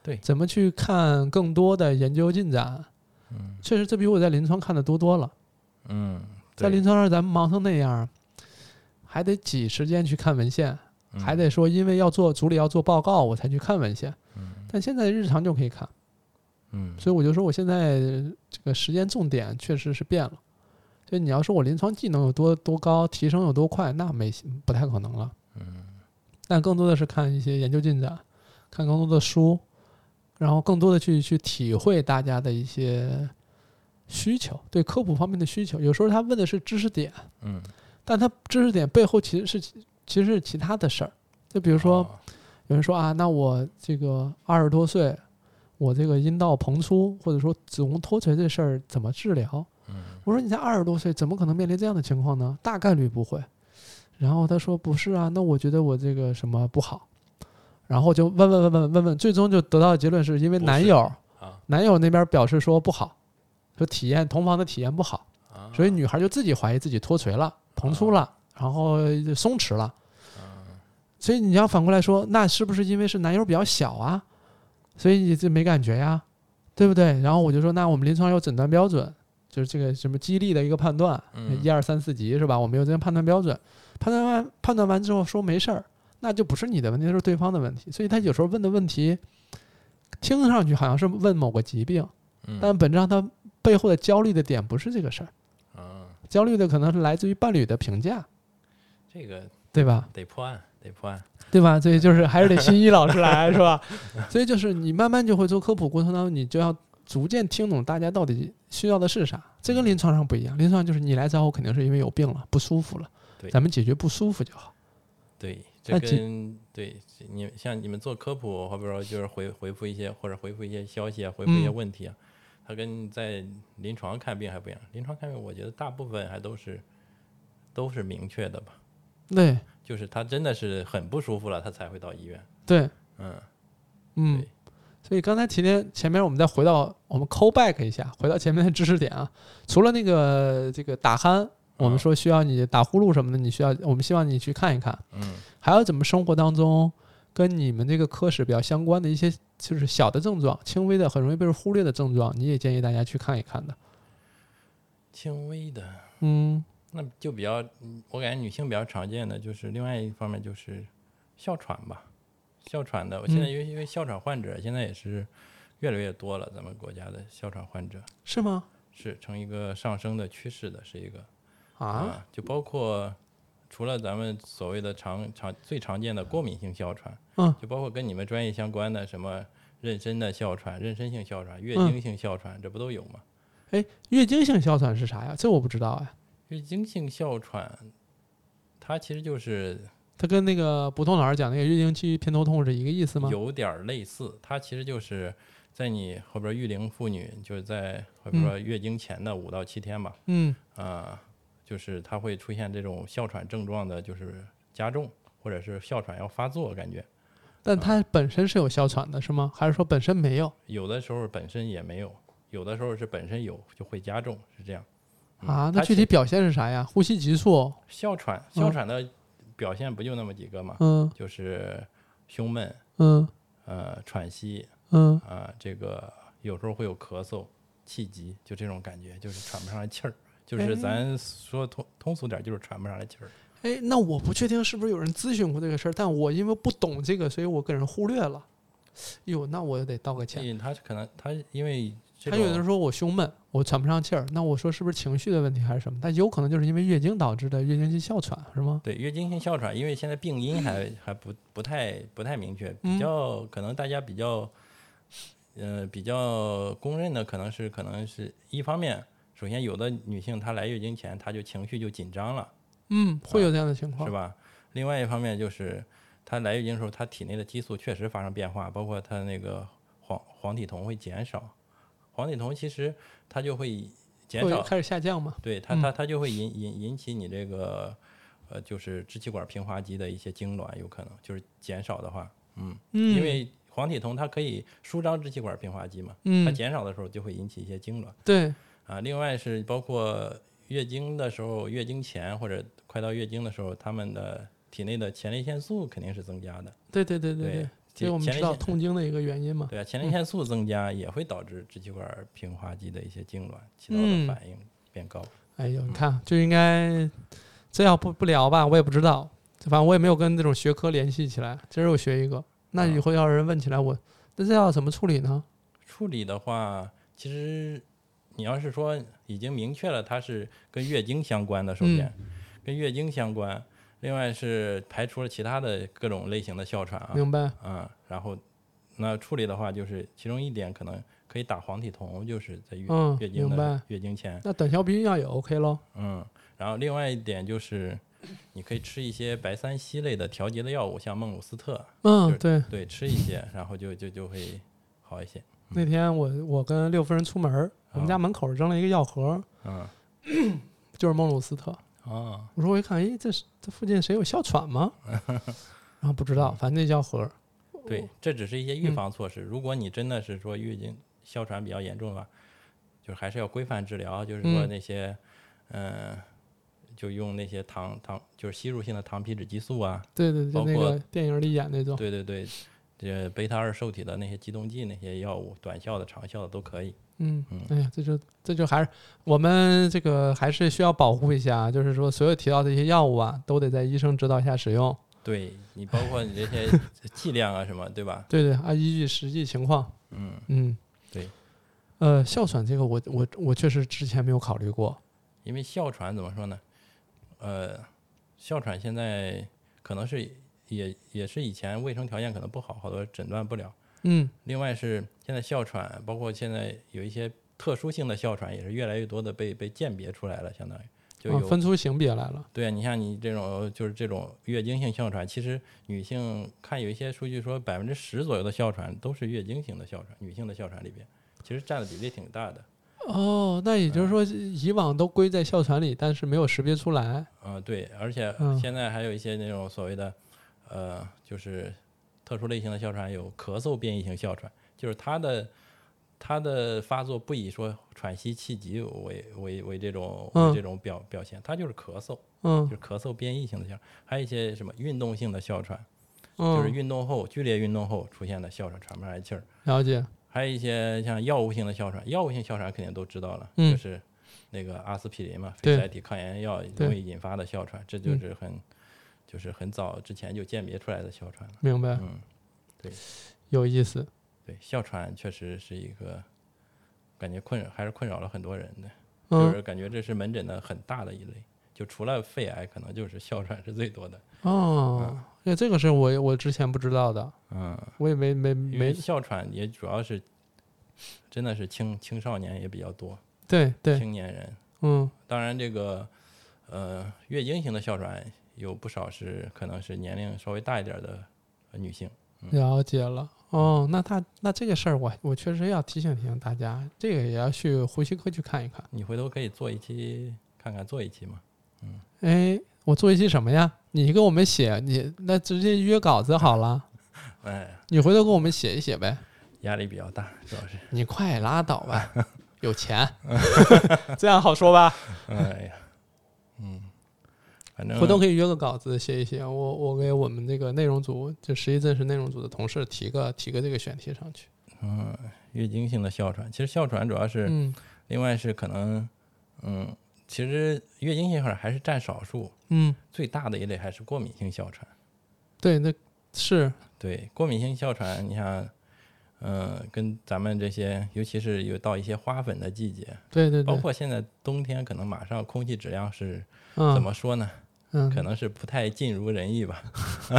对怎么去看更多的研究进展？嗯确实，这比我在临床看的多多了。嗯，在对临床上咱们忙成那样，还得挤时间去看文献，嗯还得说因为要做组里要做报告，我才去看文献。但现在日常就可以看，嗯所以我就说我现在这个时间重点确实是变了。所以你要说我临床技能有多多高，提升有多快，那没不太可能了。嗯但更多的是看一些研究进展，看更多的书，然后更多的去去体会大家的一些需求，对科普方面的需求。有时候他问的是知识点，嗯，但他知识点背后其实是其实是其他的事儿。就比比如说，有人说啊，那我这个二十多岁，我这个阴道膨出或者说子宫脱垂这事儿怎么治疗？嗯我说你才二十多岁，怎么可能面临这样的情况呢？大概率不会。然后他说不是啊，那我觉得我这个什么不好，然后就问问问问问问，最终就得到的结论是因为不男是友啊男友那边表示说不好，说体验同房的体验不好，啊，所以女孩就自己怀疑自己脱垂了、膨出了，然后就松弛了。啊所以你要反过来说，那是不是因为是男友比较小啊，所以你这没感觉呀，对不对？然后我就说，那我们临床有诊断标准，就是这个什么激励的一个判断，嗯一二三四级是吧？我们有这个判断标准，判断完判断完之后说没事儿，那就不是你的问题，那是对方的问题。所以他有时候问的问题，听上去好像是问某个疾病，嗯但本质上他背后的焦虑的点不是这个事儿。啊，焦虑的可能是来自于伴侣的评价，这个对吧？得破案，得破案，对吧？所以就是还是得新一老师来，是吧？所以就是你慢慢就会做科普过程当中，你就要逐渐听懂大家到底需要的是啥。这跟临床上不一样，临床上就是你来找我肯定是因为有病了，不舒服了对，咱们解决不舒服就好。对，那这几跟对你像你们做科普，好比说就是回回复一些或者回复一些消息啊，回复一些嗯问题啊，它跟在临床看病还不一样。临床看病，我觉得大部分还都是都是明确的吧，对就是他真的是很不舒服了，他才会到医院。对，嗯，嗯对。所以刚才提的前面，我们再回到我们 call back 一下，回到前面的知识点啊。除了那个这个打鼾，我们啊说需要你打呼噜什么的，你需要，我们希望你去看一看。嗯还有怎么生活当中跟你们这个科室比较相关的一些，就是小的症状、轻微的、很容易被人忽略的症状，你也建议大家去看一看的。轻微的，嗯，那就比较，嗯我感觉女性比较常见的就是另外一方面就是哮喘吧，哮喘的，我现在嗯因为因为哮喘患者现在也是越来越多了，咱们国家的哮喘患者是吗？是呈一个上升的趋势的，是一个啊，就包括除了咱们所谓的常常最常见的过敏性哮喘，嗯，就包括跟你们专业相关的什么妊娠的哮喘、妊娠性哮喘、月嗯经性哮喘，这不都有吗？哎，月经性哮喘是啥呀？这我不知道哎。月经性哮喘，它其实就是它跟那个不痛老师讲那个月经期偏头痛是一个意思吗？有点儿类似，它其实就是在你后边育龄妇女，就是在或者说月经前的五到七天吧，嗯啊，就是它会出现这种哮喘症状的，就是加重，或者是哮喘要发作，感觉啊但它本身是有哮喘的，是吗？还是说本身没有有的时候本身也没有，有的时候是本身有就会加重，是这样。嗯啊？它那具其体表现是啥呀？呼吸急促，哮喘，嗯哮喘的表现不就那么几个嘛，嗯就是胸闷，嗯呃，喘息，嗯，啊、这个有时候会有咳嗽、气急，就这种感觉，就是喘不上来气儿，就是哎咱说通通俗点，就是喘不上来气儿。哎，那我不确定是不是有人咨询过这个事儿，但我因为不懂这个，所以我给人忽略了。哟，那我得道个所歉。以他可能他因为这他有的人种说我胸闷，我喘不上气儿，那我说是不是情绪的问题还是什么？但有可能就是因为月经导致的月经期哮喘，是吗？对月经性哮喘，因为现在病因还还不不太不太明确，比嗯较可能大家比较，呃，比较公认的可能是可能是一方面。首先，有的女性她来月经前，她就情绪就紧张了，嗯，会有这样的情况是。吧？另外一方面就是，她来月经的时候，她体内的激素确实发生变化，包括她那个黄黄体酮会减少，黄体酮其实它就会减会少，开始下降嘛？对它它它就会引引引起你这个呃就是支气管平滑肌的一些痉挛，有可能就是减少的话，嗯，嗯，因为黄体酮它可以舒张支气管平滑肌嘛，它嗯，减少的时候就会引起一些痉挛。对，啊，另外是包括月经的时候，月经前或者快到月经的时候，他们的体内的前列腺素肯定是增加的。对对对对对，，这我们前知列道腺痛经的一个原因嘛。对啊，前列腺素增加也会导致支气管平滑肌的一些痉挛，起到的嗯反应变高。哎呦，你看就应该，这要不不聊吧，我也不知道，反正我也没有跟这种学科联系起来。今儿又学一个，那以后要是人问起来我，那这要怎么处理呢？处理的话，其实你要是说已经明确了它是跟月经相关的，首先、嗯跟月经相关，另外是排除了其他的各种类型的哮喘啊，明白？啊，然后那处理的话，就是其中一点可能可以打黄体酮，就是在月、嗯月经明的白月经前，那短效避孕药也 OK 咯。嗯，然后另外一点就是你可以吃一些白三烯类的调节的药物，像孟鲁斯特，嗯是，对。对，吃一些，然后就就就会好一些，那天我我跟六夫人出门儿，我们家门口扔了一个药盒，嗯，就是孟鲁斯特。哦，我说我一看，诶，这是这附近谁有哮喘吗？然后不知道，反正那药盒儿。对，这只是一些预嗯防措施，如果你真的是说月经哮喘比较严重的话，就是还是要规范治疗，啊就是说嗯那些，嗯、就用那些糖糖，就是吸入性的糖皮质激素啊，对对对，包就那括个电影里演那种。对对对，这贝塔二受体的那些激动剂那些药物，短效的、长效的都可以。嗯嗯，哎呀，这就这就还是我们这个还是需要保护一下，啊就是说所有提到的一些药物啊，都得在医生指导下使用。对你包括你这 些剂量啊什么，对吧？对对，啊，依据实际情况。嗯，嗯，对。呃，哮喘这个我我我确实之前没有考虑过。因为哮喘怎么说呢？呃，哮喘现在可能是也也是以前卫生条件可能不好，好多诊断不了。嗯另外是现在哮喘，包括现在有一些特殊性的哮喘，也是越来越多的被被鉴别出来了，相当于就啊有、分出型别来了。对啊，你像你这种就是这种月经性哮喘，其实女性看有一些数据说百分之十左右的哮喘都是月经型的哮喘，女性的哮喘里边，其实占的比例挺大的。哦，那也嗯就是说，以往都归在哮喘里，但是没有识别出来。啊、对，而且嗯现在还有一些那种所谓的，呃，就是特殊类型的哮喘，有咳嗽变异型哮喘，就是它的它的发作不以说喘息、气急为为为这种为嗯这种表表现，它就是咳嗽，就嗯是咳嗽变异型的哮喘，还有一些什么运动性的哮喘。就是嗯，运动后剧烈运动后出现的哮喘喘不上来气儿，了解。还有一些像药物性的哮喘，药物性哮喘肯定都知道了，嗯就是那个阿司匹林嘛，对非甾体抗炎药对嗯容易引发的哮喘，这就是很、就是很早之前就鉴别出来的哮喘了。明白，嗯，有意思。对，哮喘确实是一个感觉困扰还是困扰了很多人的，就嗯，是感觉这是门诊的很大的一类，就除了肺癌，可能就是哮喘是最多的。哦，那这个是我我之前不知道的，嗯，我也没没因为没。哮喘也主要是真的是青青少年也比较多。对对，青年人。嗯当然，这个呃，月经型的哮喘有不少是可能是年龄稍微大一点的呃女性。了解了。哦，那他那这个事儿，我我确实要提醒提醒大家，这个也要去呼吸科去看一看。你回头可以做一期看看，做一期嘛。哎，我做一期什么呀？你给我们写，你那直接约稿子好了。哎，你回头给我们写一写呗。压力比较大，主要是。你快拉倒吧，有 钱，这样好说吧？哎呀，嗯，反正回头可以约个稿子写一写，我我给我们这个内容组，就十一正式内容组的同事提个提个这个选题上去。嗯，月经性的哮喘，其实哮喘主要是，嗯另外是可能，嗯，其实月经性哮喘还是占少数，嗯，最大的一类还是过敏性哮喘。对，那是对，过敏性哮喘，你像，嗯、跟咱们这些，尤其是有到一些花粉的季节，对对包对，括现在冬天，可能马上空气质量是怎嗯么说呢？嗯，可能是不太尽如人意吧，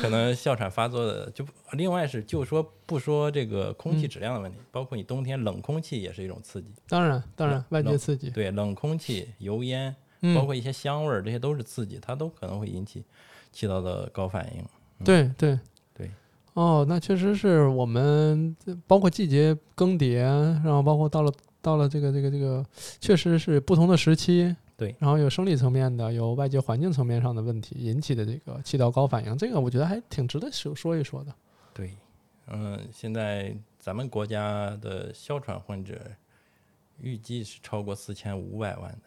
可能哮喘发作的就另外是就说不说这个空嗯气质量的问题，包括你冬天冷空气也是一种刺激，当然当然，外界刺激，对冷空气、油烟，嗯，包括一些香味儿，这些都是刺激，它都可能会引起气道的高反应。对对对。哦，那确实是我们这包括季节更迭，然后包括到了到了这个这个这个，确实是不同的时期。对然后有生理层面的，有外界环境层面上的问题引起的这个气道高反应，这个我觉得还挺值得说说一说的。对，嗯，现在咱们国家的哮喘患者预计是超过四千五百万的，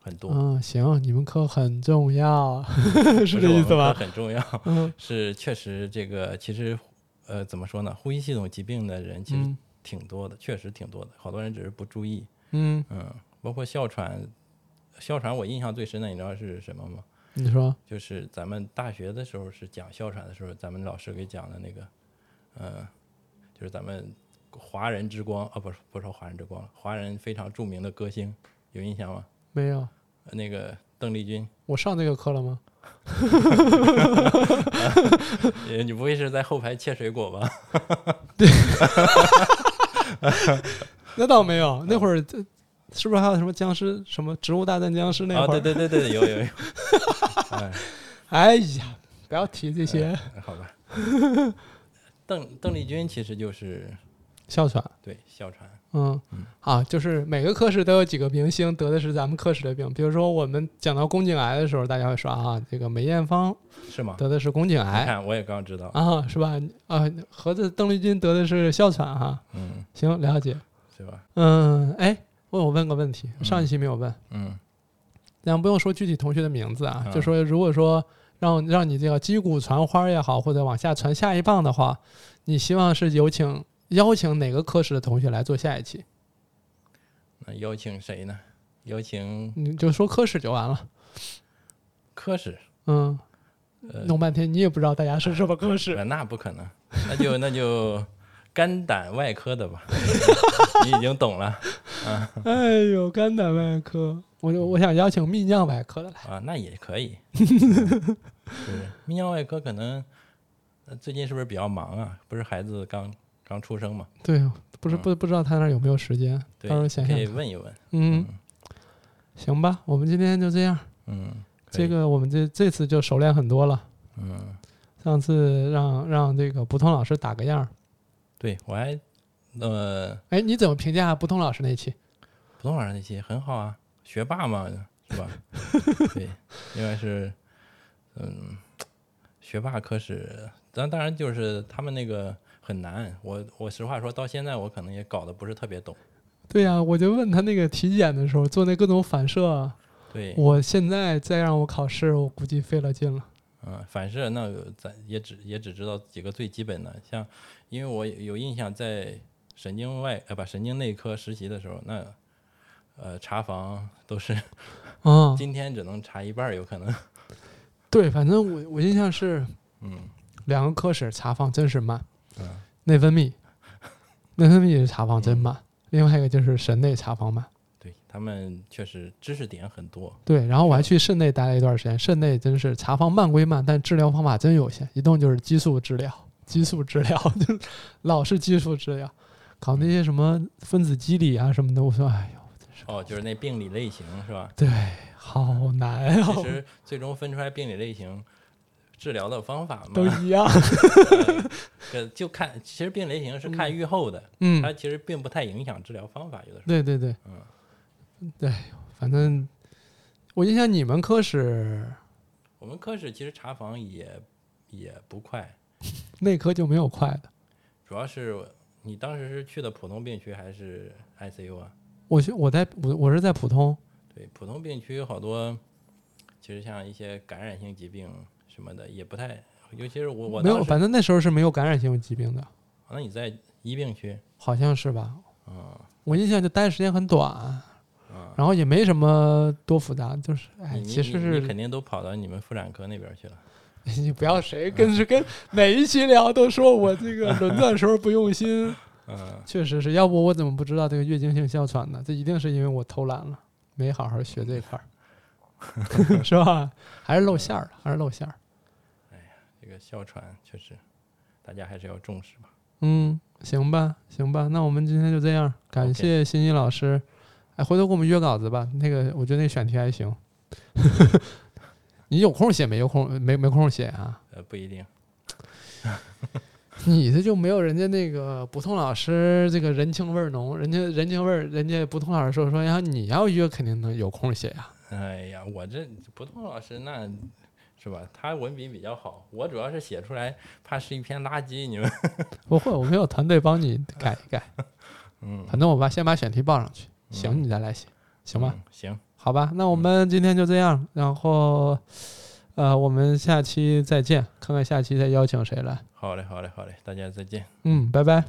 很多，嗯，行，你们科很重要， 不是这意我思们吧说？很重要。嗯是确实这个其实呃怎么说呢，呼吸系统疾病的人其实嗯挺多的，确实挺多的，好多人只是不注意，嗯，嗯，包括哮喘，哮喘我印象最深的你知道是什么吗？你说就是咱们大学的时候是讲哮喘的时候，咱们老师给讲的那个，呃，就是咱们华人之光啊，不是不是说华人之光了，华人非常著名的歌星，有印象吗？没有？呃那个邓丽君，我上这个课了吗？呃你不会是在后排切水果吧？那倒没有，啊那会儿这是不是还有什么僵尸，什么植物大战僵尸那啊，会儿？对对对对，有有有，哎，哎呀，不要提这些好吧。邓邓丽君其实就是哮喘。对哮喘，嗯嗯，啊，就是每个科室都有几个明星得的是咱们科室的病，比如说我们讲到宫颈癌的时候，大家会说啊，这个梅艳芳是吗？得的是宫颈你癌看我也刚知道，啊，是吧？啊，合着邓丽君得的是哮喘哈、嗯，行，了解。是吧？嗯，哎，我有问个问题，嗯上一期没有问，嗯，咱不用说具体同学的名字啊，嗯就说如果说让让你这个击鼓传花也好，或者往下传下一棒的话，你希望是有请邀请哪个科室的同学来做下一期？那邀请谁呢？邀请你就说科室就完了。科室，嗯，呃，弄半天你也不知道大家是什么科 室。呃那不可能，那就那就肝胆外科的吧， 你已经懂了哎呦，肝胆外科，我就我想邀请泌尿外科的来。啊，那也可以。 是泌尿外科可能呃最近是不是比较忙啊？不是孩子刚刚出生嘛？对，不是不不知道他那儿有没有时间，嗯对，到时候想可想以看。问一问。嗯，行吧，我们今天就这样。嗯，可这以个我们这这次就熟练很多了。嗯。上次让让这个不通老师打个样儿。对我还，呃，哎，你怎么评价不通老师那期？普通话那些很好啊，学霸嘛，是吧？对，另外是，嗯，学霸科室，但当然就是他们那个很难，我我实话说到现在我可能也搞得不是特别懂，对呀、我就问他那个体检的时候做那各种反射，对，我现在再让我考试，我估计费了劲了。嗯，反射那个咱也只也只知道几个最基本的，像因为我有印象在神经外呃不神经内科实习的时候，那呃查房都是啊、今天只能查一半儿，有可能，对，反正我我印象是嗯两个科室查房真是慢，嗯。内分 泌，内分泌也是查房真慢，另外一个就是神内查房慢。对他们确实知识点很多，对，然后我还去肾内待了一段时间，肾内真是查房慢归慢，但治疗方法真有限，一动就是激素治疗，激素治疗 就是嗯老是激素治疗，搞那些什么分子机理啊什么的，我说哎呦，真是哦，就是那病理类型是吧？对，好难其哦，实最终分出来病理类型，治疗的方法嘛，都一 样。呃呃就看，其实病理类型是看预后的，嗯，它其实并不太影响治疗方法，有的时候。对对对，嗯对，反正我印象你们科室我们科室其实查房也也不快，内科就没有快的，主要是你当时是去的普通病区还是 ICU 啊？我是我在我我是在普通，对，普通病区有好多，其实像一些感染性疾病什么的也不太，尤其是我我没有，当时，反正那时候是没有感染性疾病的，那你在一病区，好像是吧？嗯，我印象就待的时间很啊短，然后也没什么多复杂，就是哎，你你其实你你是肯定都跑到你们妇产科那边去了。 你不要啊谁跟是跟每一期聊都说我这个轮转时候不用心，嗯，确实是要不我怎么不知道这个月经性哮喘呢？这一定是因为我偷懒了，没好好学这块儿， 是吧？还是露馅儿了，还是露馅儿。这个哮喘确实，大家还是要重视吧。嗯，行吧，行吧，那我们今天就这样，感 OK 谢欣欣老师。哎，回头给我们约稿子吧，那个我觉得那个选题还行。 你有空写没？有空没没空写啊？ 呃，不一定，你这就没有人家那个不痛老师这个人情味儿浓，人家人情味儿，人家不痛老师说说，要你要约肯定能有空写啊呀、哎呀，我这不痛老师那。是吧？他文笔比较好，我主要是写出来怕是一篇垃圾。你们，不会，我们有团队帮你改一改。嗯，反正我把先把选题报上去，行，嗯你再来写，行吧？嗯？行，好吧，那我们今天就这样，然后，呃，我们下期再见，看看下期再邀请谁来。好嘞，好嘞，好嘞，大家再见。嗯，拜拜。